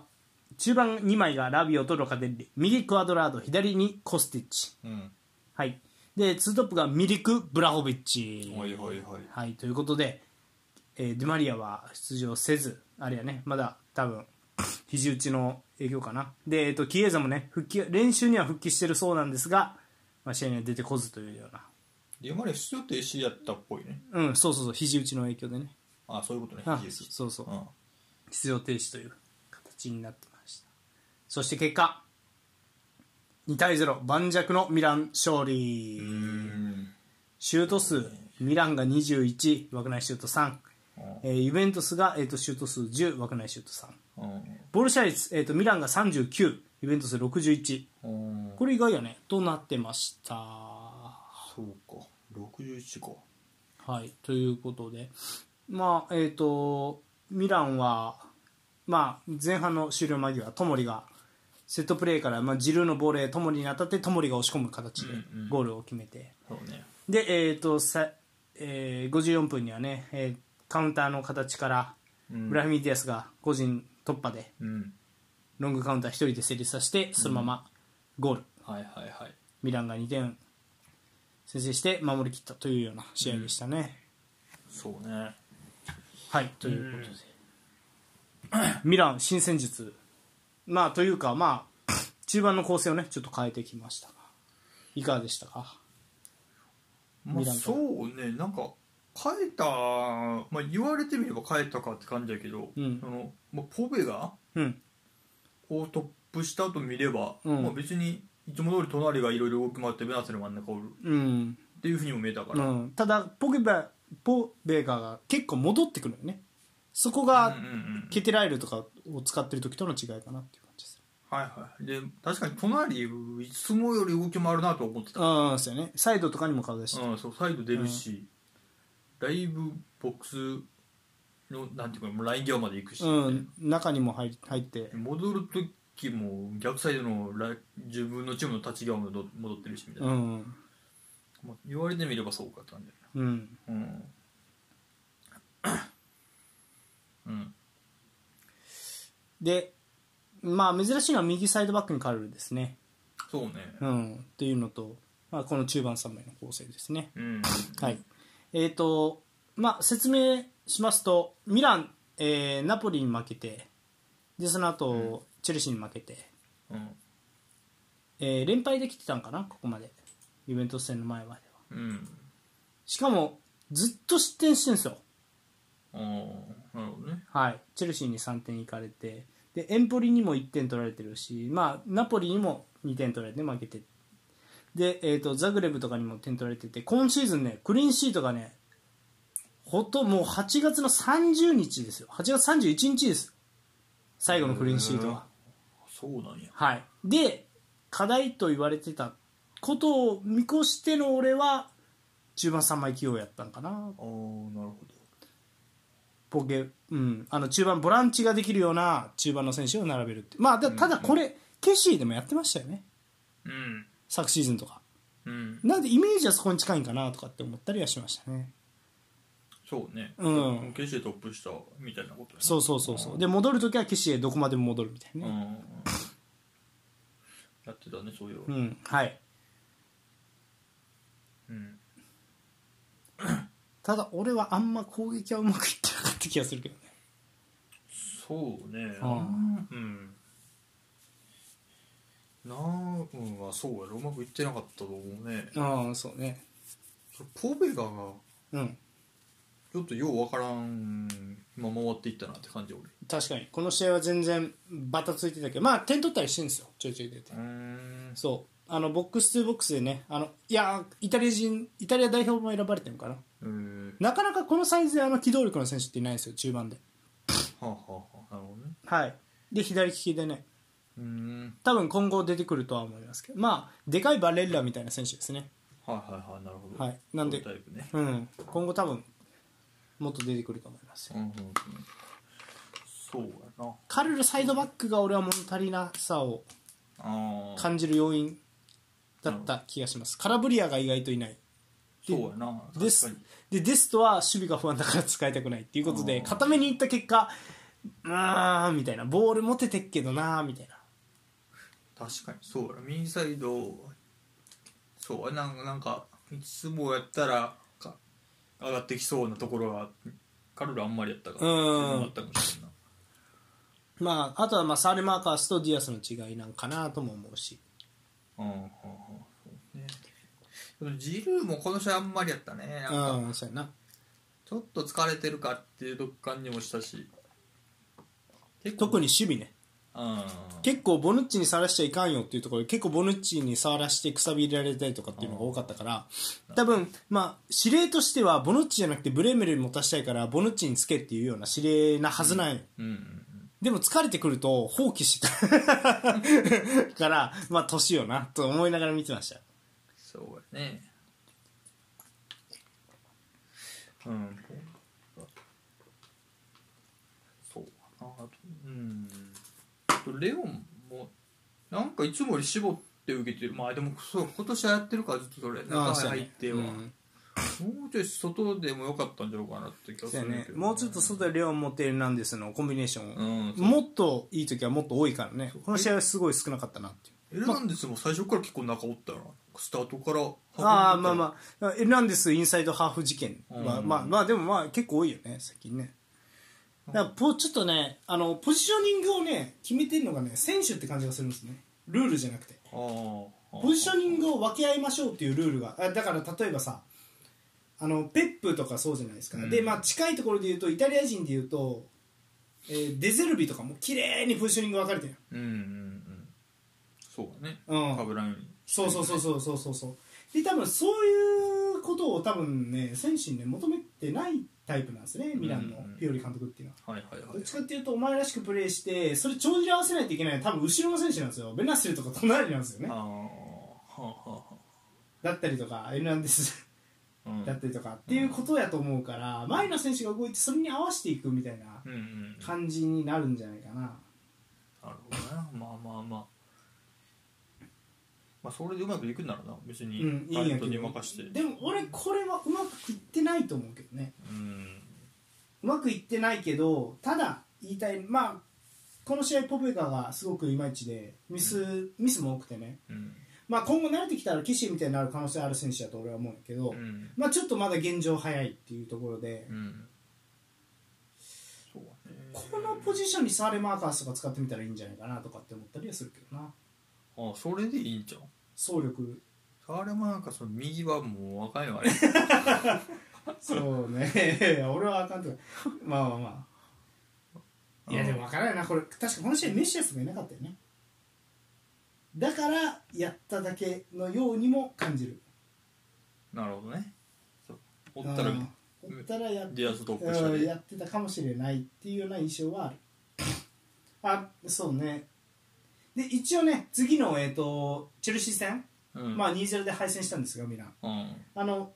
中盤2枚がラビオとロカデッリ右クアドラード左にコスティッチ、うんはい、で2トップがミリク・ブラホビッチ、はいはいはいはい、ということで、えーデュマリアは出場せずあれやねまだ多分肘打ちの影響かなで、えー、とキエザもね復帰練習には復帰してるそうなんですが、まあ、試合には出てこずというようなディマリア出場停止やったっぽいねうんそうそうそう肘打ちの影響でねあそういうことねあ肘打ちそうそううん出場停止という形になってましたそして結果2対0盤石のミラン勝利、うんシュート数ミランが21枠内シュート3、えーユベントスが、えー、とシュート数10枠内シュート3うんボールシェア率、えー、とミランが39ユベントス61うんこれ意外やねとなってましたはそうか61かいということでまあえっ、とミランは、まあ、前半の終了間際トモリがセットプレーから、まあ、ジルーのボレートモリに当たってトモリが押し込む形でうんうんゴールを決めて、そうねで、えーとさえー54分にはね、えーカウンターの形からうんブラヒミディアスが個人突破でうんロングカウンター1人で成立させてそのままゴール、はいはいはいミランが2点先制して守りきったというような試合でしたね。そうねはいということで、 ミラン新戦術、まあ、というか、まあ、中盤の構成をねちょっと変えてきましたがいかがでしたかまミあランからそうねなんか変えたまあ言われてみれば変えたかって感じだけど、うんそのまあ、ポベがうんをトップしたと見れば、うんまあ、別にいつも通り隣がいろいろ動き回ってベナセの真ん中おるうんっていうふうにも見えたから、うん、ただポケベポベガが結構戻ってくるよねそこがうんうんうんケテライルとかを使ってる時との違いかなっていう感じですはいはいで確かに隣いつもより動き回るなとは思ってた、うんそうよねサイドとかにも顔出して、うんそうサイド出るし、だいぶボックスのなんていうかもうライン際まで行くし、うん、中にも入り入って戻る時も逆サイドのラ自分のチームの立ち際もど戻ってるしみたいな、うんまあ言われてみればそうかって感じうんだよねうんうんでまあ珍しいのは右サイドバックにカルルですねそうねうんっていうのと、まあ、この中盤3枚の構成ですねうんはい、えーとまあ、説明しますとミラン、えーナポリに負けてでその後、うんチェルシーに負けて、うんえー連敗できてたんかなここまでイベントス戦の前まではうんしかもずっと失点してるんですよ、ああなるほどねはい、チェルシーに3点いかれてでエンポリにも1点取られてるし、まあ、ナポリにも2点取られて負けてで、えー、とザグレブとかにも点取られてて今シーズンねクリーンシートがねほともう8月の30日ですよ8月31日です最後のクリーンシートはそうなんやはい、で課題と言われてたことを見越しての俺は中盤3枚起用やったんかなああなるほどポケ、うん、あの中盤ボランチができるような中盤の選手を並べるってまあだただこれ、ケシーでもやってましたよねうん昨シーズンとかうんなんでイメージはそこに近いんかなとかって思ったりはしましたねそうねうん決してトップしたみたいなことねそうそうそうそうで戻るときはケシーへどこまでも戻るみたいなうねんやってたねそういううん、はいうんただ俺はあんま攻撃はうまくいってなかった気がするけどねそうねうんうんなうんはそうやろうまくいってなかったと思うねうんそうねそれ神戸川がうんちょっとようわからんまま終わっていったなって感じ俺確かにこの試合は全然バタついてたけどまあ点取ったりしてるんですよちょいちょい出てうんそうあのボックス2ボックスでねあのいやーイタリア人イタリア代表も選ばれてるのかなうんなかなかこのサイズであの機動力の選手っていないんですよ中盤ではあはあはあなるほどねはいで左利きでねうん多分今後出てくるとは思いますけどまあでかいバレッラみたいな選手ですねはいはいはいなるほどはいなんでそういうタイプねうん今後多分もっと出てくると思いますようんうんうんそうやなカルルサイドバックが俺は物足りなさをああ感じる要因だった気がしますカラブリアが意外といないそうやなで確すかにでデストは守備が不安だから使いたくないっていうことであー固めにいった結果うーんみたいなボール持ててっけどなーみたいな確かにそうや右サイドそうやなんかなんかいつもやったらか上がってきそうなところがカルルあんまりやったからうんあったかもしれんなまああとはまあサーレ・マーカースとディアスの違いなんかなとも思うしうんうんうんそうねでもジルーもこの試合あんまりやったねなんうかんそうやなちょっと疲れてるかっていう感じもしたし結構特に守備ねうん結構ボヌッチに触らしちゃいかんよっていうところで結構ボヌッチに触らしてくさび入れられたりとかっていうのが多かったから多分まあ指令としてはボヌッチじゃなくてブレーメルに持たせたいからボヌッチにつけっていうような指令なはずなんようんうんでも疲れてくると放棄 してたからまあ年よなと思いながら見てましたそうやねうんそうかなあとうんあとレオンもなんかいつもより絞って受けてるまあでもそう今年はやってるからずっとそれ中に入っては、うんもうちょい外でもよかったんじゃろうかなって気そがすうやるんだねけど、もうちょっと外でレオン持ってエルナンデスのコンビネーション、うんそうもっといい時はもっと多いからねそうこの試合はすごい少なかったなっていうエルナンデスも最初から結構中おったよなスタートからああまあまあエルナンデスインサイドハーフ事件は、うんまあまあでもまあ結構多いよね最近ねだからポちょっとねあのポジショニングをね決めてるのがね選手って感じがするんですねルールじゃなくてあーあポジショニングを分け合いましょうっていうルールがあだから例えばさあのペップとかそうじゃないですか、うんでまあ近いところで言うとイタリア人で言うと、えーデゼルビとかも綺麗にポジショニング分かれてるうんうんうんそうだねうんかぶらんようにそうそうそうそうそうそうそうで多分そういうことを多分ね選手にね求めてないタイプなんですねミランのうんピオリ監督っていうのは。はいはいはどっいちかっていうとお前らしくプレーしてそれ帳尻合わせないといけないのは多分後ろの選手なんですよベナッセルとか隣なんですよああねはあはあはだったりとかエルナンデスあうんだったりとかっていうことやと思うから前の選手が動いてそれに合わせていくみたいなうんうんなる感じになるんじゃないかなほどなまあまあまあまあそれでうまくいくんならな別にうんいいんやけどタレントに任してでも俺これはうまくいってないと思うけどねうんうまくいってないけどただ言いたいまあこの試合ポペカがすごくいまいちでミス,、ミスも多くてね、うんまあ、今後慣れてきたら騎士みたいになる可能性ある選手だと俺は思うんだけど、うんまあ、ちょっとまだ現状早いっていうところで、うんそうだねこのポジションにサーレマーカースとか使ってみたらいいんじゃないかなとかって思ったりはするけどなあそれでいいんじゃん総力サーレマーカスの右はもうあかんよ あれそうね 俺はあかんとかまあまあまあいやでも分からないなこれ確かこの試合メシアスがいなかったよねだからやっただけのようにも感じるなるほどねそうおったらうんおったらやっディアストップしたうんりやってたかもしれないっていうような印象はあるあそうねで一応ね次の、えー、とチェルシー戦、うんまあ、2-0で敗戦したんですがミランうんあの、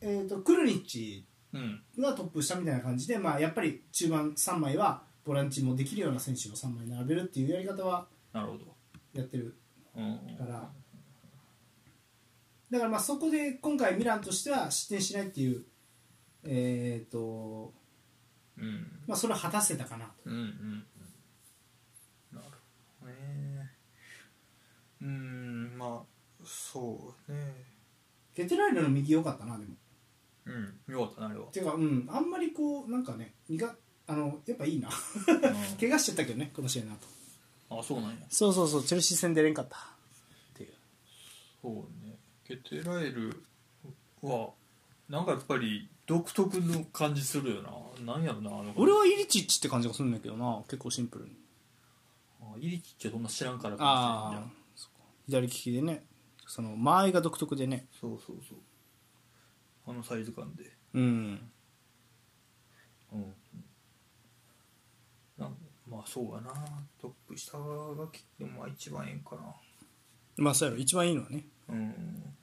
えー、とクルニッチうんがトップしたみたいな感じで、まあ、やっぱり中盤3枚はボランチもできるような選手を3枚並べるっていうやり方はなるほどやってるうんからだからまあそこで今回ミランとしては失点しないっていう、えーとうんまあ、それを果たせたかなとうんうんうんなるほどねうんまあそうねゲテラーレの右良かったなでもうんよかったなあれはっていうかうんあんまりこうなんかね苦あのやっぱいいな う怪我しちゃったけどねこの試合の後んあそうなんやそうそうそうチェルシー戦出れんかったっていうそうねゲテラエルはなんかやっぱり独特の感じするよななんやろなあの俺はイリチッチって感じがするんだけどな結構シンプルにあイリキッチはそんな知らんからかもしれんああじゃ左ん利きでねその間合いが独特でねそうそうそうあのサイズ感でうんうんなんまあそうやなトップ下がきてもまあ一番ええんかまあそうやろ一番いいのはねなうん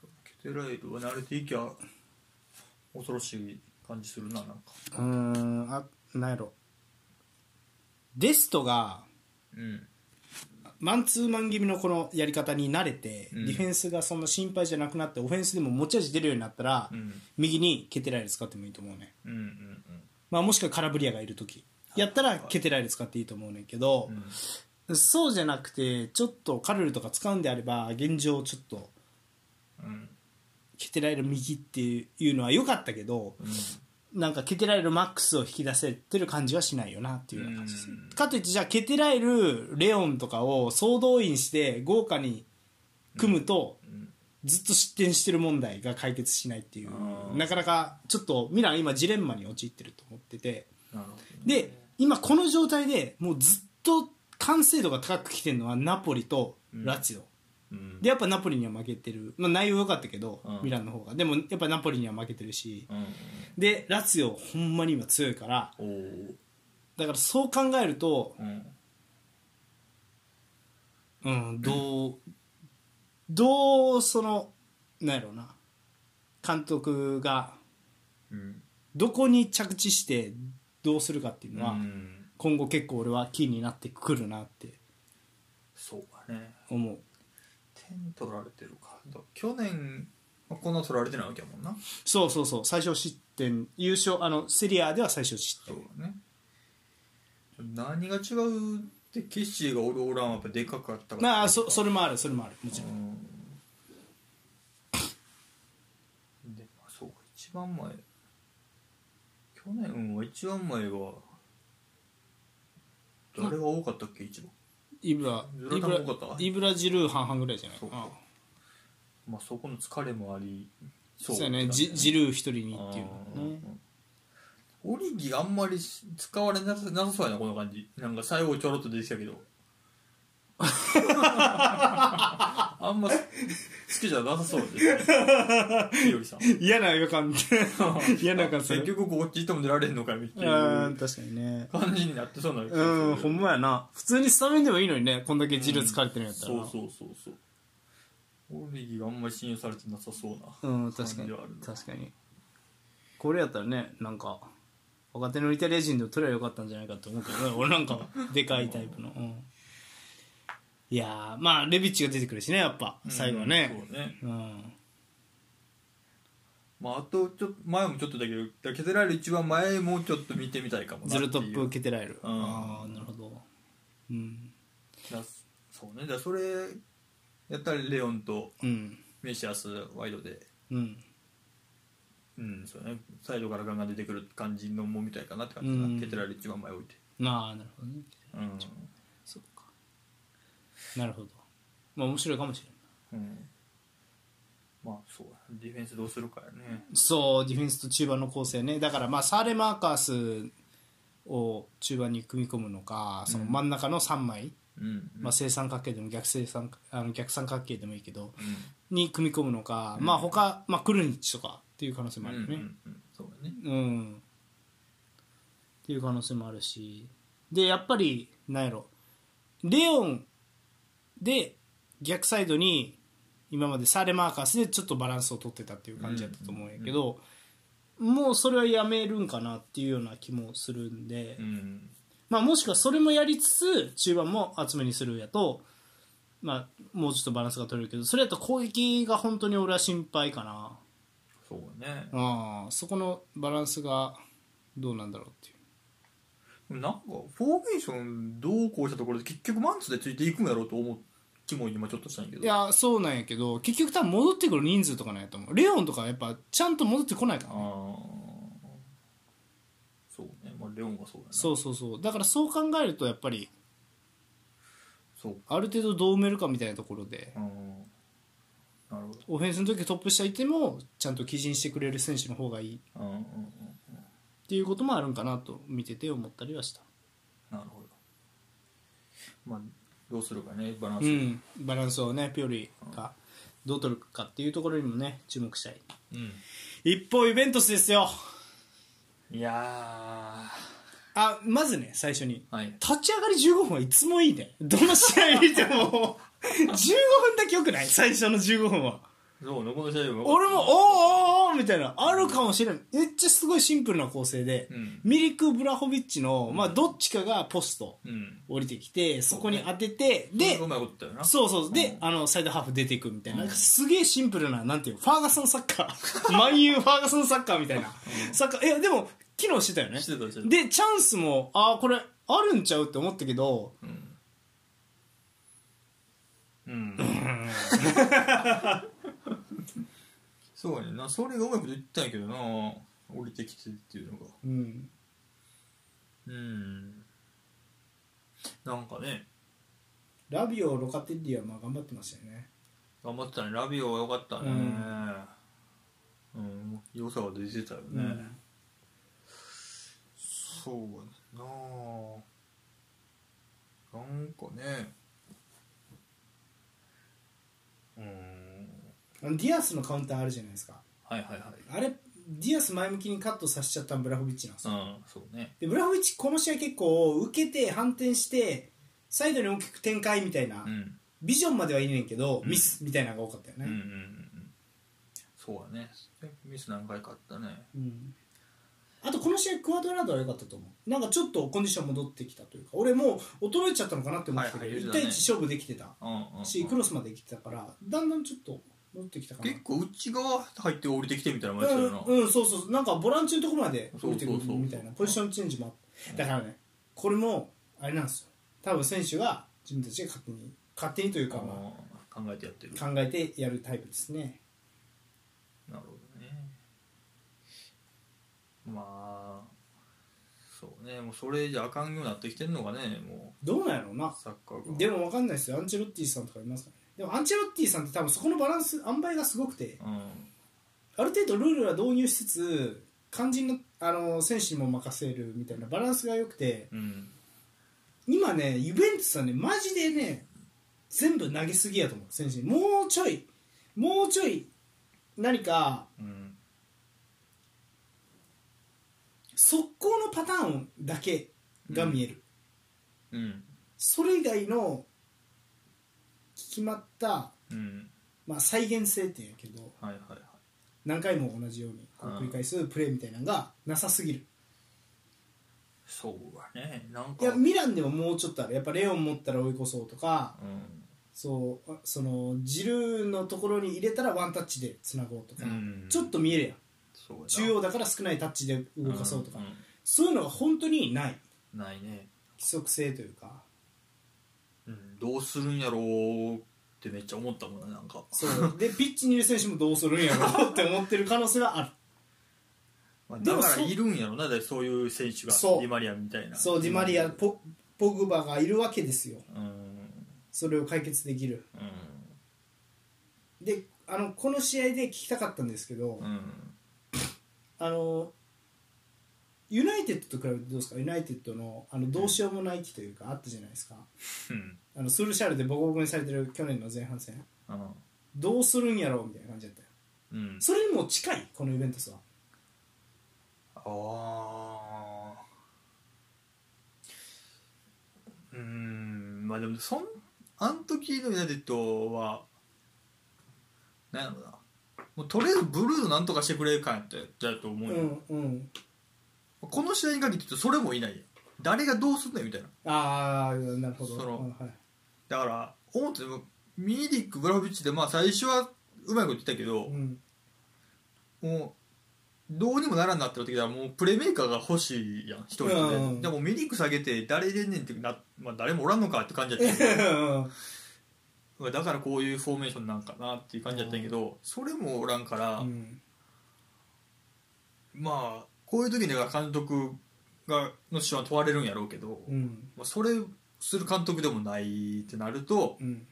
そうケテラエルは慣れていきゃ恐ろしい感じするななんかうーんあなんやろデストがうんマンツーマン気味のこのやり方に慣れて、うんディフェンスがそんな心配じゃなくなってオフェンスでも持ち味出るようになったら、うん右にケテライル使ってもいいと思うね、うんうんまあ、もしくはカラブリアがいる時やったらケテライル使っていいと思うねんけどうんう、んそうじゃなくてちょっとカルルとか使うんであれば現状ちょっとうんケテライル右っていうのは良かったけどうんなんかケテライルマックスを引き出せてる感じはしないよなっていうような感じです、うんかといってじゃあケテライルレオンとかを総動員して豪華に組むと、うんずっと失点してる問題が解決しないっていうあーなかなかちょっとミラン今ジレンマに陥ってると思っててなるほどねで今この状態でもうずっと完成度が高く来てるのはナポリとラツィオ、うんでやっぱナポリには負けてる、まあ、内容良かったけど、うんミランの方がでもやっぱナポリには負けてるしうんでラツィオほんまに今強いからおおだからそう考えると、ううんん、どう、どうそのなんやろうな監督がうんどこに着地してどうするかっていうのは、うん今後結構俺はキーになってくるなってそうかね思う点取られてるかだ去年まあこんな取られてないわけやもんなそうそうそう最小失点優勝あのセリアでは最小失そう点だね何が違うってケッシーがおるおらんはやっぱでかかったからまあそそれもあるそれもあるもちろんうんでまあそうか一番前去年は一番前は誰が多かったっけ一番イブラズイラタブンラ多かったイブラジルー半々ぐらいじゃないかそうなかまあそこの疲れもありそうだやねジジルー一人にっていううのねんオリギあんまり使われなさなさそうやなこの感じなんか最後ちょろっと出てきたけ どあんま好きじゃなさそうですねひよ りさん嫌な予感 嫌な予感す結る局こっち行っても出られんのかみうたいーなん確かにね感じになってそうな気がうするんほんまやな普通にスタメンでもいいのにねこんだけジルー疲れてるんやったらそなうそうそうそうオリギがあんまり信用されてなさそうなうん確かに感じはあるな確かにこれやったらねなんか若手のイタリア人でも取ればよかったんじゃないかと思うけどね 俺なんかでかいタイプの、うん、いやーまあレビッチが出てくるしねやっぱ最後はねうんそうねうん、まあ、あとちょっと前もちょっとだけどだからケテラール一番前もちょっと見てみたいかもズなっていルうトップ受けてられる、うんああなるほどうんだそうねだからそれやったらレオンとうんメシアスワイドでうんうんそうねサイドからガンガン出てくる感じのもみたいかなって感じかうんなケテラール一番前置いてああなるほどねうん、そうかなるほどまあ面白いかもしれないうん、まあそうやディフェンスどうするかやねそうディフェンスと中盤の構成ねだからまあサーレ・マーカースを中盤に組み込むのかその真ん中の3枚、うんまあ、正三角形でも逆正三あの逆三角形でもいいけどうに組み込むのか、まあ他、まあ、クルニッチとかっていう可能性んもあうるんうよね、んうんそうだねうん、っていう可能性もあるしでやっぱりなんやろレオンで逆サイドに今までサーレ・マーカスでちょっとバランスを取ってたっていう感じだったと思うんやけど、もうそれはやめるんかなっていうような気もするんで、うんまあ、もしくはそれもやりつつ中盤も厚めにするやと、まあ、もうちょっとバランスが取れるけどそれやと攻撃が本当に俺は心配かなそうねあそこのバランスがどうなんだろうっていうなんかフォーメーションどうこうしたところで結局マンツーでついていくんだろうと思う気も今ちょっとしたんやけどいやそうなんやけど結局多分戻ってくる人数とかなんやと思うレオンとかはやっぱちゃんと戻ってこないからあねーそうねまあレオンがそうだねそうそうそうだからそう考えるとやっぱりそうある程度どう埋めるかみたいなところでうんなるほどオフェンスの時トップ下いてもちゃんと基準してくれる選手の方がいいうんうんうんっていうこともあるんかなと見てて思ったりはしたなるほどまあどうするかねバランス、うんバランスをねピオリがどう取るかっていうところにもね注目したい一方イベントスですよいやーあまずね最初にはい立ち上がり15分はいつもいいねどの試合見て も15分だけよくない最初の15分はそうねこの試合も俺もおーおーおーみたいなあるかもしれんめっちゃすごいシンプルな構成で、うんミリク・ブラホビッチの、まあ、どっちかがポストうん降りてきてそこに当ててでうまいことだよなそうそうで、うんあのサイドハーフ出ていくみたいな,、すげえシンプルななんていうファーガソンサッカー 万有ファーガソンサッカーみたいな、サッカーいやでも機能してたよねしてたしてたでチャンスもああこれあるんちゃうって思ったけどうんうん、 そうやねんなそれがうまいこと言ったんやけどな降りてきてっていうのがうんうんなんかねラビオロカテッリはまあ頑張ってましたよね頑張ってたねラビオは良かったねうん、良さが出てたよね、うんそうやななんかねうんあのディアスのカウンターあるじゃないですかはいはいはいあれディアス前向きにカットさせちゃったのブラホビッチなんですようんそうねでブラホビッチこの試合結構受けて反転してサイドに大きく展開みたいな、うんビジョンまではいいねんけど、うんミスみたいなのが多かったようんうんうね、んそうだねミス何回かあったねうんあとこの試合クアドラードは良かったと思うなんかちょっとコンディション戻ってきたというか俺もう衰えちゃったのかなって思ってたけはいど、はい1対1勝負できてたうんうんうんしクロスまで来てたからだんだんちょっと戻ってきたかな結構内側入って降りてきてみたいなもんやったよな、うん、うん、そうそうなんかボランチのところまで降りてくるそうそうそうみたいなポジションチェンジもあってだからねこれもあれなんですよ多分選手が自分たちが勝手に勝手にというか、まあの考えてやってるあ、考えてやるタイプですねなるほどねまあそうねもうそれじゃあかんようになってきてんのがねもどうなんやろうなうサッカーがでも分かんないですよアンチェロッティさんとかいますからねでもアンチェロッティさんって多分そこのバランス塩梅がすごくてうんある程度ルールは導入しつつ肝心のあの選手にも任せるみたいなバランスが良くてうん今ねユベントスはねマジでね全部投げすぎやと思う選手にもうちょいもうちょい何かうん速攻のパターンだけが見える、うんそれ以外の決まった、うんまあ、再現性っていうんやけどはいはいはい何回も同じようにこううん繰り返すプレーみたいなのがなさすぎるそうだねなんいかやミランでももうちょっとあるやっぱレオン持ったら追い越そうとかうんそうあそのジルーのところに入れたらワンタッチでつなごうとか、うんちょっと見えるやんそうやな中央だから少ないタッチで動かそうとか、んんそういうのが本当にないないね規則性というかうんどうするんやろうってめっちゃ思ったもんななんか、そうでピッチにいる選手もどうするんや ろうって思ってる可能性はあるまあ、でだもからそういるんやろなだそういう選手がそうディマリアみたいなそうディマリアポポグバがいるわけですようんそれを解決できるうであのこの試合で聞きたかったんですけど、んうんあのユナイテッドと比べてどうですかユナイテッドのあのどうしようもない期というかあったじゃないですか、うんあのスルシャルでボコボコにされてる去年の前半戦うんどうするんやろうみたいな感じだったようんそれにも近いこのイベントスはああうーんまあでもそんあん時のユナイテッドはなんやろなもうとりあえずブルーなんとかしてくれるかんやってだと思ううよ、んうんこの試合に限って言うとそれもいないやん誰がどうすんねんみたいなああなるほどそのうんはいだから思ってもミーディックブラフビッチでまあ最初はうまいこと言ってたけど、うんもうどうにもならんなってなってきたらもうプレーメーカーが欲しいやん一人で、うんでもミーディック下げて誰入れんねんってな、まあ、誰もおらんのかって感じやったうんまあだからこういうフォーメーションなんかなっていう感じだったんやけど、それもおらんから、うんまあこういう時には監督がの手腕問われるんやろうけど、うんまあ、それする監督でもないってなるとうん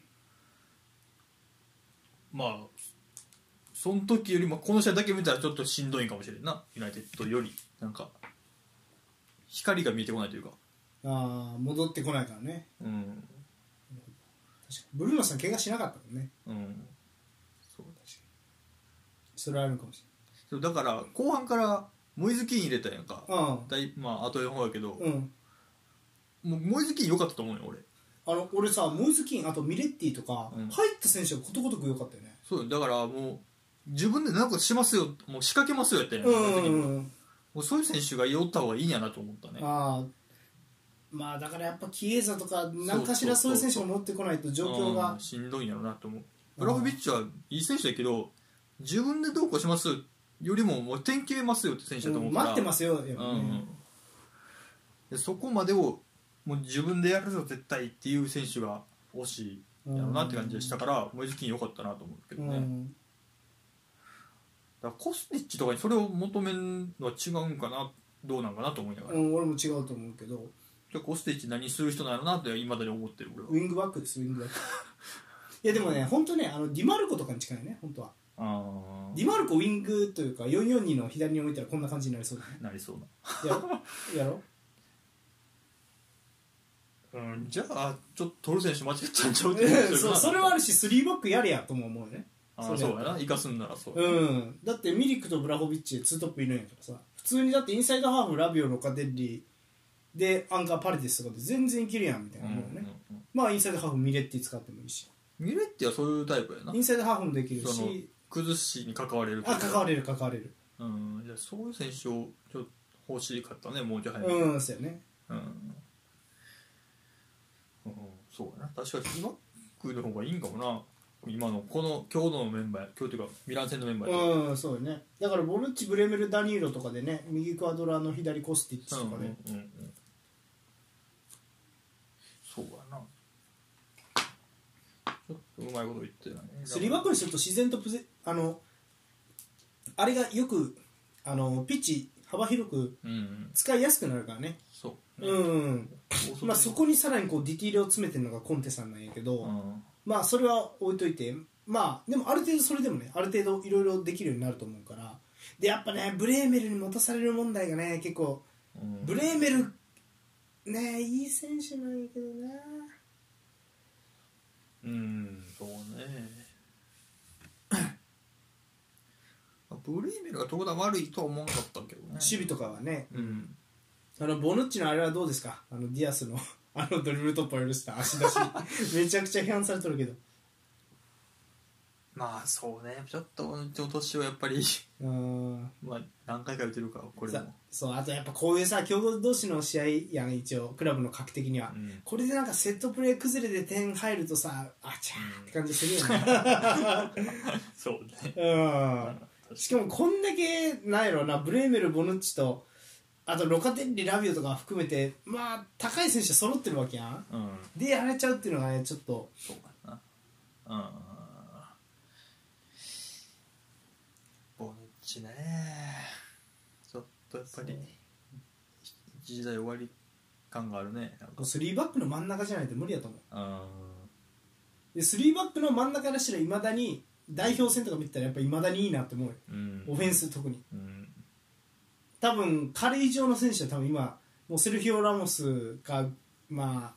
まあその時よりもこの試合だけ見たらちょっとしんどいんかもしれんなユナイテッドよりなんか光が見えてこないというかああ戻ってこないからねうん確かにブルーノさん怪我しなかったもんねうんそうそれはあるかもしそうだから後半からモイズキーン入れたやんかれないだいまあ後の方やけど、うんうんもうモイズキーン良かったと思うよ俺あの俺さモイズキンあとミレッティとか、うん入った選手がことごとく良かったよねそうよだからもう自分で何かしますよもう仕掛けますよやったやん、うんそのう時にんうんもうそういう選手がおった方がいいんやなと思ったねああまあだからやっぱキエーザとか何かしらそういう選手が持ってこないと状況うがんしんどいんやろうなと思うブラホビッチはいい選手だけど自分でどうこうしますよりももう点決めますよって選手だとう思んうから、待ってますよやっぱうねんうんでそこまでをもう自分でやるぞ絶対っていう選手が欲しいやろうなって感じがしたからモイズキン良かったなと思うけどうね、だかんらコスティッチとかにそれを求めるのは違うんかなどうなんかなと思いながら、うん俺も違うと思うけどでコスティッチ何する人なのなっていまだに思ってる俺はウィングバックですウィングバック いやでもね本当ねあのディマルコとかに近いね本当はあディマルコウィングというか442の左に置いたらこんな感じになりそうだねあなりそうなやろ やろうん、じゃあちょっとトル選手間違っちゃうんちゃうって思ってるなそうそれはあるし3バックやれやとも思うよねあーそうやな生かすんならそう、うんだってミリックとブラホビッチでツートップいるんやからさ普通にだってインサイドハーフラビオロカデッリでアンカーパレデスとかで全然いけるやんみたいなもんね、うんうんうんまあインサイドハーフミレッティ使ってもいいしミレッティはそういうタイプやなインサイドハーフもできるそのし崩しに関われるあ関わる、れる関われるうん、じゃあそういう選手をちょっと欲しかったねもうちょい早くうんそうよねうん、うんそうやな確かに今クの方がいいんかもな今のこの今日のメンバー今日というかミラン戦のメンバーやとうんそうよねだからボルッチブレメルダニーロとかでね右クアドラの左コスティッチとうんかね、うんうんうんそうやなちょっとうまいこと言ってないねスリーバックにすると自然とプゼあのあれがよくあのピッチ幅広くうんうん使いやすくなるからねそうね、うん高速まあ、そこにさらにこうディティールを詰めてるのがコンテさんなんやけど、うんまあそれは置いといてまあでもある程度それでもねある程度いろいろできるようになると思うからでやっぱねブレーメルに持たされる問題がね結構うんブレーメルねいい選手なんやけどなうんそうねまあブレーメルが特段悪いとは思わなかったけどね守備とかはねうんあのボヌッチのあれはどうですかあのディアスの あのドリブル突破を許した足出し めちゃくちゃ批判されとるけどまあそうねちょっと今年はやっぱり うーんまあ何回か打てるかこれさもそうあとやっぱこういうさ強豪同士の試合やん一応クラブの格的には、うんこれでなんかセットプレー崩れで点入るとさあちゃーって感じするよね、 そうねうん、しかもこんだけなんやろなブレーメルボヌッチとあとロカテッリラビオとか含めてまあ高い選手揃ってるわけやんうんでやられちゃうっていうのがねちょっとそうかなうんボヌッチねちょっとやっぱり一時代終わり感があるねなんか3バックの真ん中じゃないと無理やと思ううんで3バックの真ん中らしたらいまだに代表戦とか見てたらやっぱいまだにいいなって思うようんオフェンス特にうん多分彼以上の選手は多分今もうセルヒオ・ラモスかまあ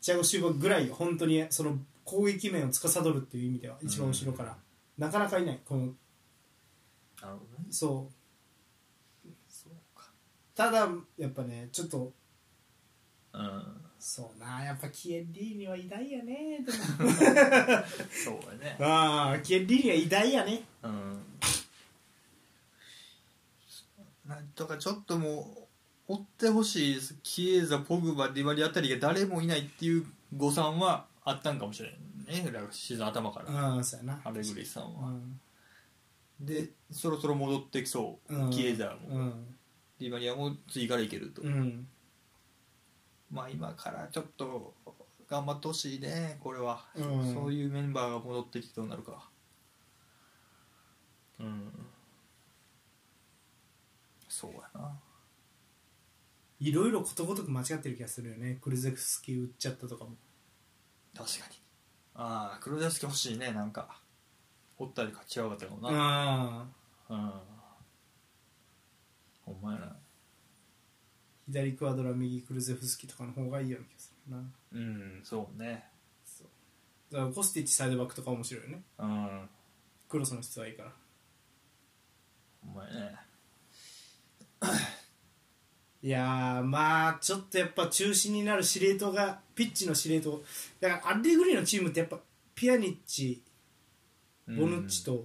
チアゴ・シューバぐらいよ本当にその攻撃面を司るっていう意味では一番後ろから、なかなかいないこのなるほどねそうそうかただやっぱねちょっとうんそうなやっぱキエッリーニは偉大やねでもそうやね ああキエッリーニは偉大やねうんなんとかちょっともう追ってほしいですキエーザポグバディバリあたりが誰もいないっていう誤算はあったんかもしれないねシーズン頭からうんそうやなアレグリさんうは、んでそろそろ戻ってきそう、うんキエーザも、うんディバリアも次からいけると、うんまあ今からちょっと頑張ってほしいねこれは、うんそういうメンバーが戻ってきてどうなるかうんそうやないろいろことごとく間違ってる気がするよねクルゼフスキー売っちゃったとかも確かにああ黒座敷欲しいねなんかおったり勝ち上がったよなああうんほんまやな左クアドラ右クルゼフスキーとかの方がいいような気がするなうんそうねだからコスティッチサイドバックとか面白いよねうんほクロスの質はいいからんまやねいやーまあちょっとやっぱ中心になる司令塔がピッチの司令塔だからアレグリのチームってやっぱピアニッチボヌッチと、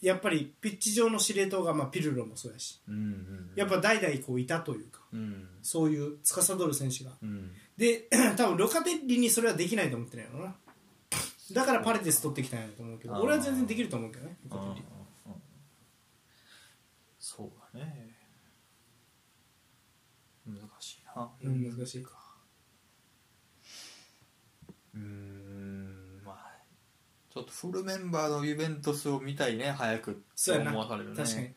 やっぱりピッチ上の司令塔が、まあ、ピルロもそうやしうんうんやっぱ代々こういたというかうんそういう司る選手がうんで 多分ロカテッリにそれはできないと思ってないのなだからパレデス取ってきたんやと思うけどあー俺は全然できると思うけどねロカテッリうんうんうんそうだね難しいな、うん難しいかうーんまあちょっとフルメンバーのユベントスを見たいね早くってそうやな思わされるね確かに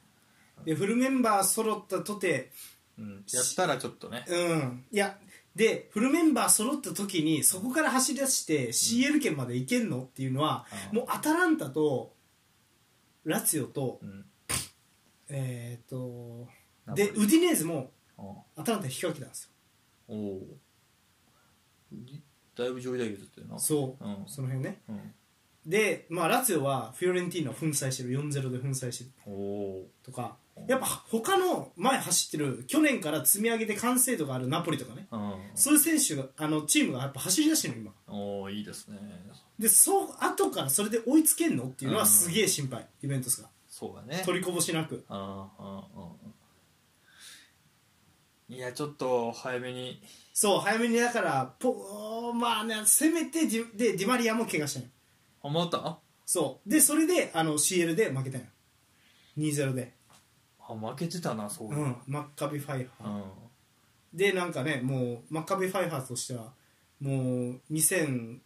でフルメンバー揃ったとてうん、やったらちょっとねうんいやでフルメンバー揃った時にそこから走り出して CL 圏まで行けんのっていうのはあーもうアタランタとラツィオとうんえっ、とナポリでウディネーズもあおアタランタ引き分けたんですよおうだいぶ上位打撃だったよなそう、うんその辺ねうん、で、まあ、ラツィオはフィオレンティーナを粉砕してる4-0で粉砕してるおおとかやっぱ他の前走ってる去年から積み上げて完成度があるナポリとかねう、うん、そういう選手があのチームがやっぱ走り出してるの今おおいいですねでそう後からそれで追いつけんのっていうのうはんすげえ心配イベントスがそうだね取りこぼしなくああいやちょっと早めにそう早めにだからポまあねせめてディでディマリアも怪我したんよあまたそうでそれであの CL で負けたんよ2-0で、あ負けてたなそうう、いうんマッカビファイハー、うんでなんかねもうマッカビファイハーとしてはもう2000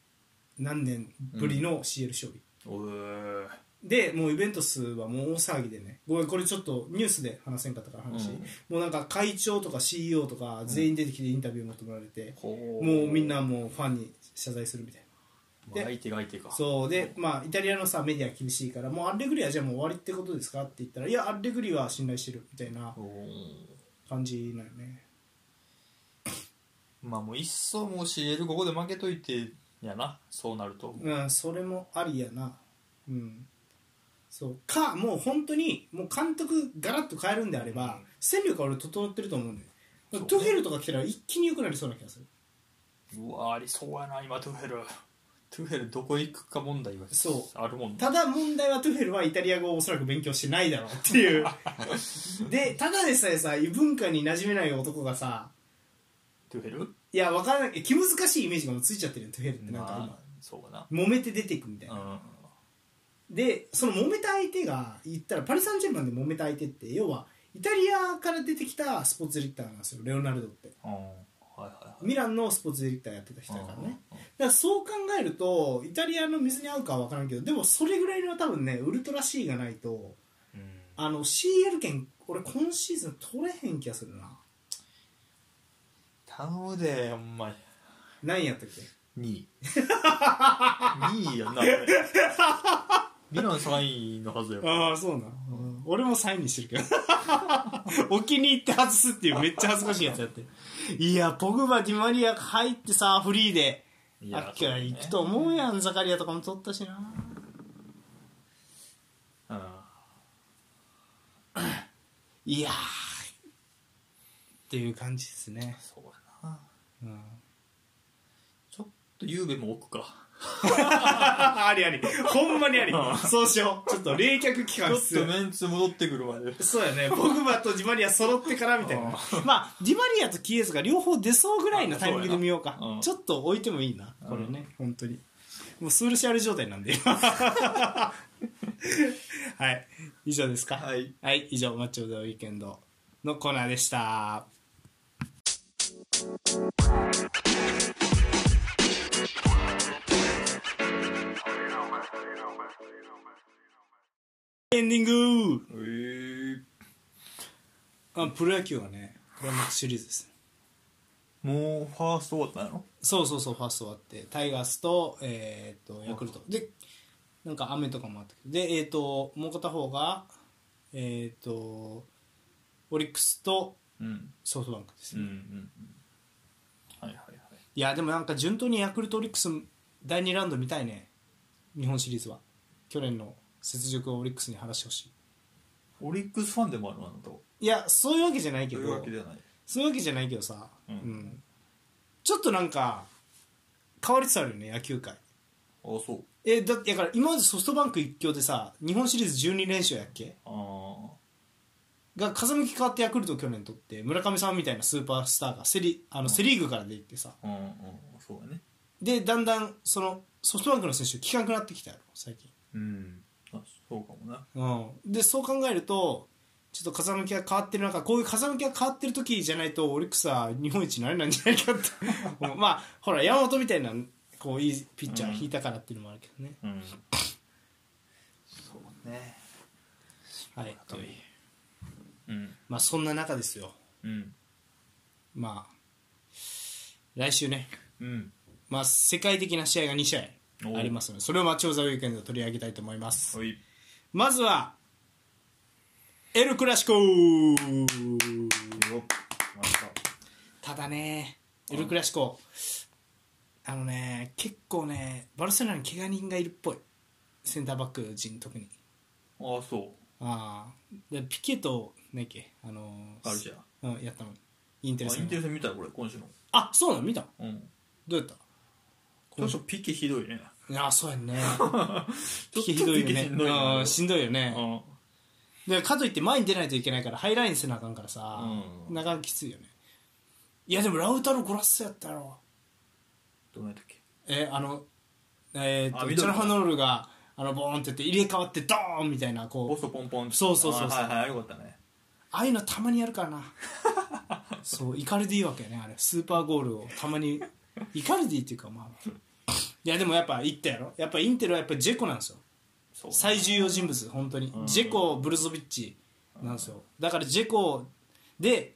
何年ぶりの CL 勝利、おーでもうイベント数はもう大騒ぎでねごめんこれちょっとニュースで話せんかったから話、うんもうなんか会長とか CEO とか全員出てきてインタビュー求められて、ほもうみんなもうファンに謝罪するみたいまあ相手が相手かなそうでまあイタリアのさメディア厳しいからもうアレグリはじゃあもう終わりってことですかって言ったらいやアレグリは信頼してるみたいなおー感じなんよねまあもういっそもう CL ここで負けといてやなそうなるとうんそれもありやなうんそうかもう本当にもう監督ガラッと変えるんであれば、戦力は俺整ってると思うんだよだからトゥヘルとか来たら一気に良くなりそうな気がするうわありそうやな今トゥヘルトゥヘルどこ行くか問題はそうあるもんねただ問題はトゥフェルはイタリア語をおそらく勉強してないだろうっていうでただでさえさ異文化に馴染めない男がさトゥヘルいやわからない気難しいイメージがもうついちゃってるよトゥフェルってなんか今、まあそうだ揉めて出ていくみたいな、なでその揉めた相手が言ったらパリ・サンジェルマンで揉めた相手って要はイタリアから出てきたスポーツディレクターなんですよレオナルドってうんうんはいはいはいミランのスポーツディレクターやってた人だからね、だうんからそう考えるとイタリアの水に合うかは分からんけどでもそれぐらいの多分ねウルトラ C がないとうんあの CL 権俺今シーズン取れへん気がするな頼むでほんまに何位やったっけ2位2位やんなこ れミラン3位のはずやああそうな、俺も3位にして るけどお気に入って外すっていうめっちゃ恥ずかしいやつやっていやポグバディマリアが入ってさフリーでいあっきら行くと思うやんザカリアとかも取ったしなうんいやーっていう感じですねそうやななうんちょっとゆうべも置くか ありあり。ほんまにあり。そうしよう。ちょっと冷却期ちょ間っ必要と。メンツ戻ってくるまでそうやね。ポグバとジマリア揃ってからみたいな。まあ、ディマリアとキエズが両方出そうぐらいのタイミングで見ようかあそうやなう。んちょっと置いてもいいな。これね。本当に。もうスールシャル状態なんで。 今はい。以上ですか。はいはい、以上、マッチョ・オブザ・ウィーケンドのコーナーでした。エンディングえー、あプロ野球はね、クライマックスシリーズですね。もうファースト終わったのそうそうそう、ファースト終わって、タイガースと、えー、と、ヤクルト。で、なんか雨とかもあったけど、で、えっ、と、もう片方が、えっ、と、オリックスとうんソフトバンクですうんうね。んはいはいはいいやでもなんか順当にヤクルトオリックス第2ラウンド見たいね日本シリーズは去年の雪辱をオリックスに晴らしてほしオリックスファンでもあるのあなたといいやそういうわけじゃないけとどいうわけではないそういうわけじゃないけどさ、うんちょっとなんか変わりつつあるよね野球界ああそうえだだから今までソフトバンク一強でさ日本シリーズ12連勝やっけあが風向き変わってヤクルトを去年取って村上さんみたいなスーパースターがセリあのセ・リーグから出てってさあうんうんそうだねでだんだんそのソフトバンクの選手効かなくなってきたよ最近うんあそうかもなうん、でそう考えるとちょっと風向きが変わってる中こういう風向きが変わってる時じゃないとオリックスは日本一になれないんじゃないかって 思うまあほら山本みたいなこういいピッチャー引いたからっていうのもあるけどね、うんそうねはいといううんまあそんな中ですようんまあ来週ね、うんまあ、世界的な試合が2試合おうありますのでそれを「マッチョ・オブザ・ウィークエンド」取り上げたいと思いますはいまずはエル・クラシコよましたただね、エルクラシコ、あのね、結構ね、バルセロナに怪我人がいるっぽい、センターバック陣、特に。ああそうああ、でピケと、何やっけ、あのーあるじゃんあうん、やったの、インテルイ戦ンテル戦見たこれ今週のあそうなの、見た、うんどうやった今週ピケひどいねいやー、そうやんね、ちょピっケひとどいよピね、ケしんどいなうんしんどいよね、うんでかといって前に出ないといけないから、ハイラインせなあかんからさ、うんなかなかきついよね。いや、でも、ラウタロ・ゴラッソやったやろ。どないだっけえーあのえーあと緑チャラハノールがあのボーンってやって入れ替わってドーンみたいなポこスうトポンポンそうそうそうそうあはいはいよかったねああいうのたまにやる からなそうイカルディわけよねあれスーパーゴールをたまにイカルディっていうかまあいやでもやっぱ言ったやろやっぱインテルはやっぱジェコなんですよそう最重要人物本当にうんジェコブルゾビッチなんですよだからジェコで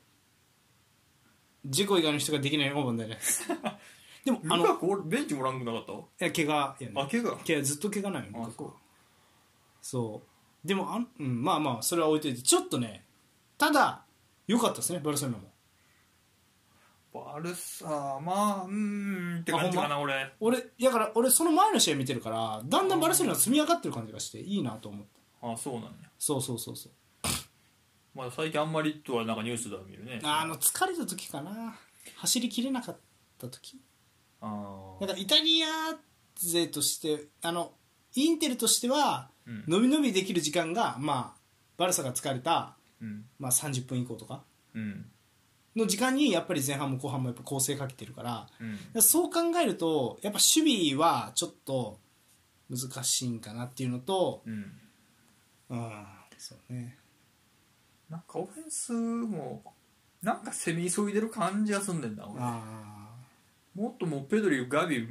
ジェコ以外の人ができないのが問題ないです でもルあのいカク俺ベンチもおらんくなかったや怪我やねあ怪我いやずっと怪我ないよあねそうそうでもあん、うん、まあまあそれは置いといてちょっとねただ良かったですねバルセロナもバルサーまあうーんって感じかあほんな俺俺だから俺その前の試合見てるからだんだんバルセロナ積み上がってる感じがしていいなと思ったあそうなんやそうそうそうそうまあ最近あんまりとはなんかニュースでは見るねあの疲れた時かな走りきれなかった時あだからイタリア勢としてあのインテルとしてはうん伸び伸びできる時間がまあバルサが疲れた、うんまあ、30分以降とかうんの時間にやっぱり前半も後半もやっぱ構成かけてるからうんそう考えるとやっぱ守備はちょっと難しいんかなっていうのとうんうんそうねなんかオフェンスもなんか攻め急いでる感じがすんねんな俺あもっともうペドリガビ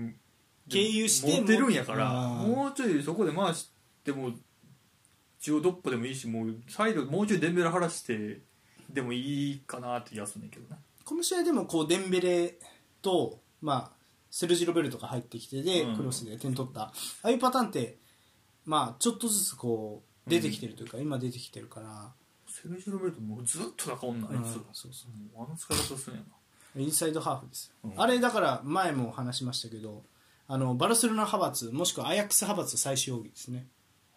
経由して持ってるんやからもうもうちょいそこで回しても中央ドッポでもいいしもうサイドもうちょいデンベラ晴らしてでもいいかなって気がするんだけどなーこの試合でもこうデンベレと、まあ、セルジ・ロベルトが入ってきてで、うんクロスで点取ったああいうパターンって、まあ、ちょっとずつこう出てきてるというか、今出てきてるから、セルジオ・ロベルトもうずっと中女あいうんつ、そうもそううあの使い方すんやインサイドハーフですよ、うんあれだから前も話しましたけどあのバルセロナ派閥もしくはアヤックス派閥最終奥義ですね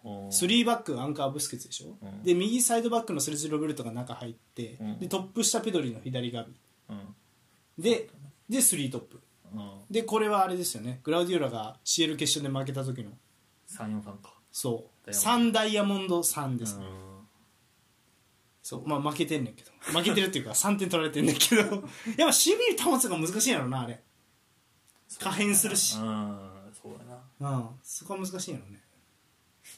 なスリ3バックアンカーブスケツでしょ、うんで右サイドバックのセルジ・ロベルトが中入って、うんでトップ下ペドリの左側うんでで3トップうん、でこれはあれですよねグラウディオラが CL 決勝で負けた時の34さんかそうダイヤモンド3ダイヤモンド3です、うねんそうまあ負けてんねんけど負けてるっていうか3点取られてんねんけど やっぱ守備に保つのが難しいんやろなあれ可変するしうんそうだなうんそこは難しいんやろね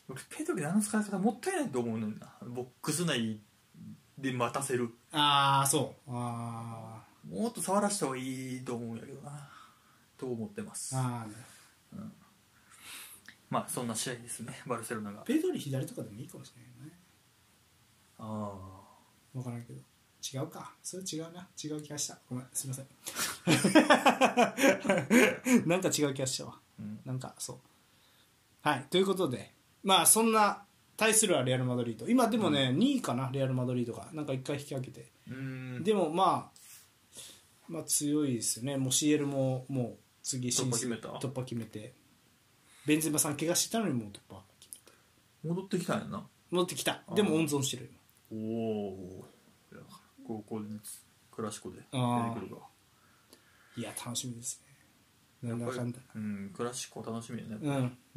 俺ペドリのあの使い方もったいないと思うねんなボックス内で待たせるああそうあーもっと触らせた方がいいと思うんやけどなと思ってますあーまあそんな試合ですね バルセロナがペドリ左とかでもいいかもしれないよねあ分からんけど違うかそれ違うな違う気がしたごめんすいません なんか違う気がしたわーうんなんかそうはいということでまあそんな対するはレアル・マドリード今でもね、2位かなレアル・マドリードがなんか1回引き分けて、うんでもまあまあ強いですよねもう CL ももう次進出突破決めた突破決めてベンゼマさん怪我してたのにもう突破決めて戻ってきたんやな戻ってきたあーでも温存してるおお高校でクラシコで出てあーくるか今いや楽しみですねなんだかんだうんクラシコ楽しみやね、う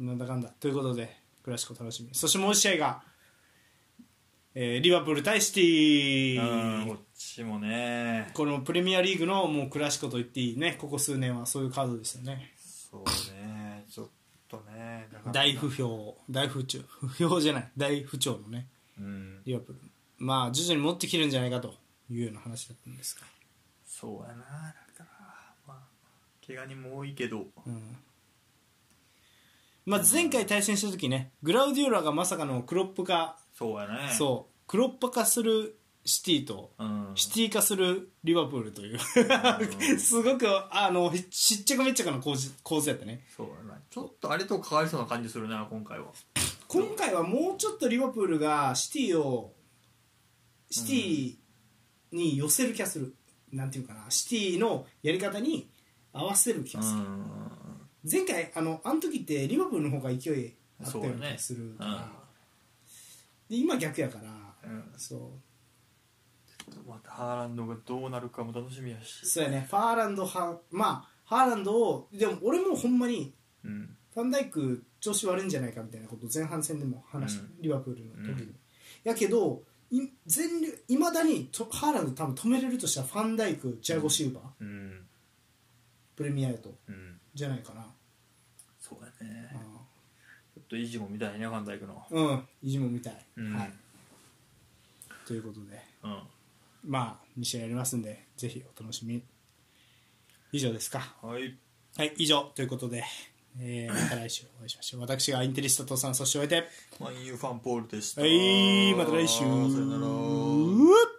んなんだかんだということでクラシコ楽しみそしてもう一試合が、えーリバプール対シテうんィこっちもねこのプレミアリーグのもうクラシコと言っていいねここ数年はそういうカードですよねそうねちょっとねなかなか大不評大不調不評じゃない大不調のねうんリバプールまあ徐々に持ってきるんじゃないかというような話だったんですが、そうやなだからまあ怪我人も多いけどうんまあ、前回対戦した時ねグラウディオラがまさかのクロップ化、そうやねそうクロップ化するシティとう、うん、シティ化するリバプールというう んすごくあのひしっちゃかめっちゃかの構図構図やったねそうやなちょっとあれと変わりそうな感じするな今回は今回はもうちょっとリバプールがシティをシティに寄せる気がする、なんていうかなシティのやり方に合わせる気うがする、ん前回あのあの時ってリバプールの方が勢いあったようなそうだ気ねがするうから、んで今逆やから、うんそうまたハーランドがどうなるかも楽しみやしそうやねファーランドはまあハーランドをでも俺もほんまにうんファンダイク調子悪いんじゃないかみたいなことを前半戦でも話した、うんリバプールの時に、うんやけどい全力いまだにとハーランド多分止めれるとしたらファンダイクチアゴ・シウバー、うんプレミアやとうんじゃないかなそうやねあちょっと維持も見たいねファンダイクのーうん意地も見たい、うんはい、ということでうんまあ2試合やりますんでぜひお楽しみに以上ですかはいはい以上ということで、え ーまた来週お会いしましょう私がインテリスタ父さんそしてお相手マンユーファンポールでしたはいまた来週さよならうっ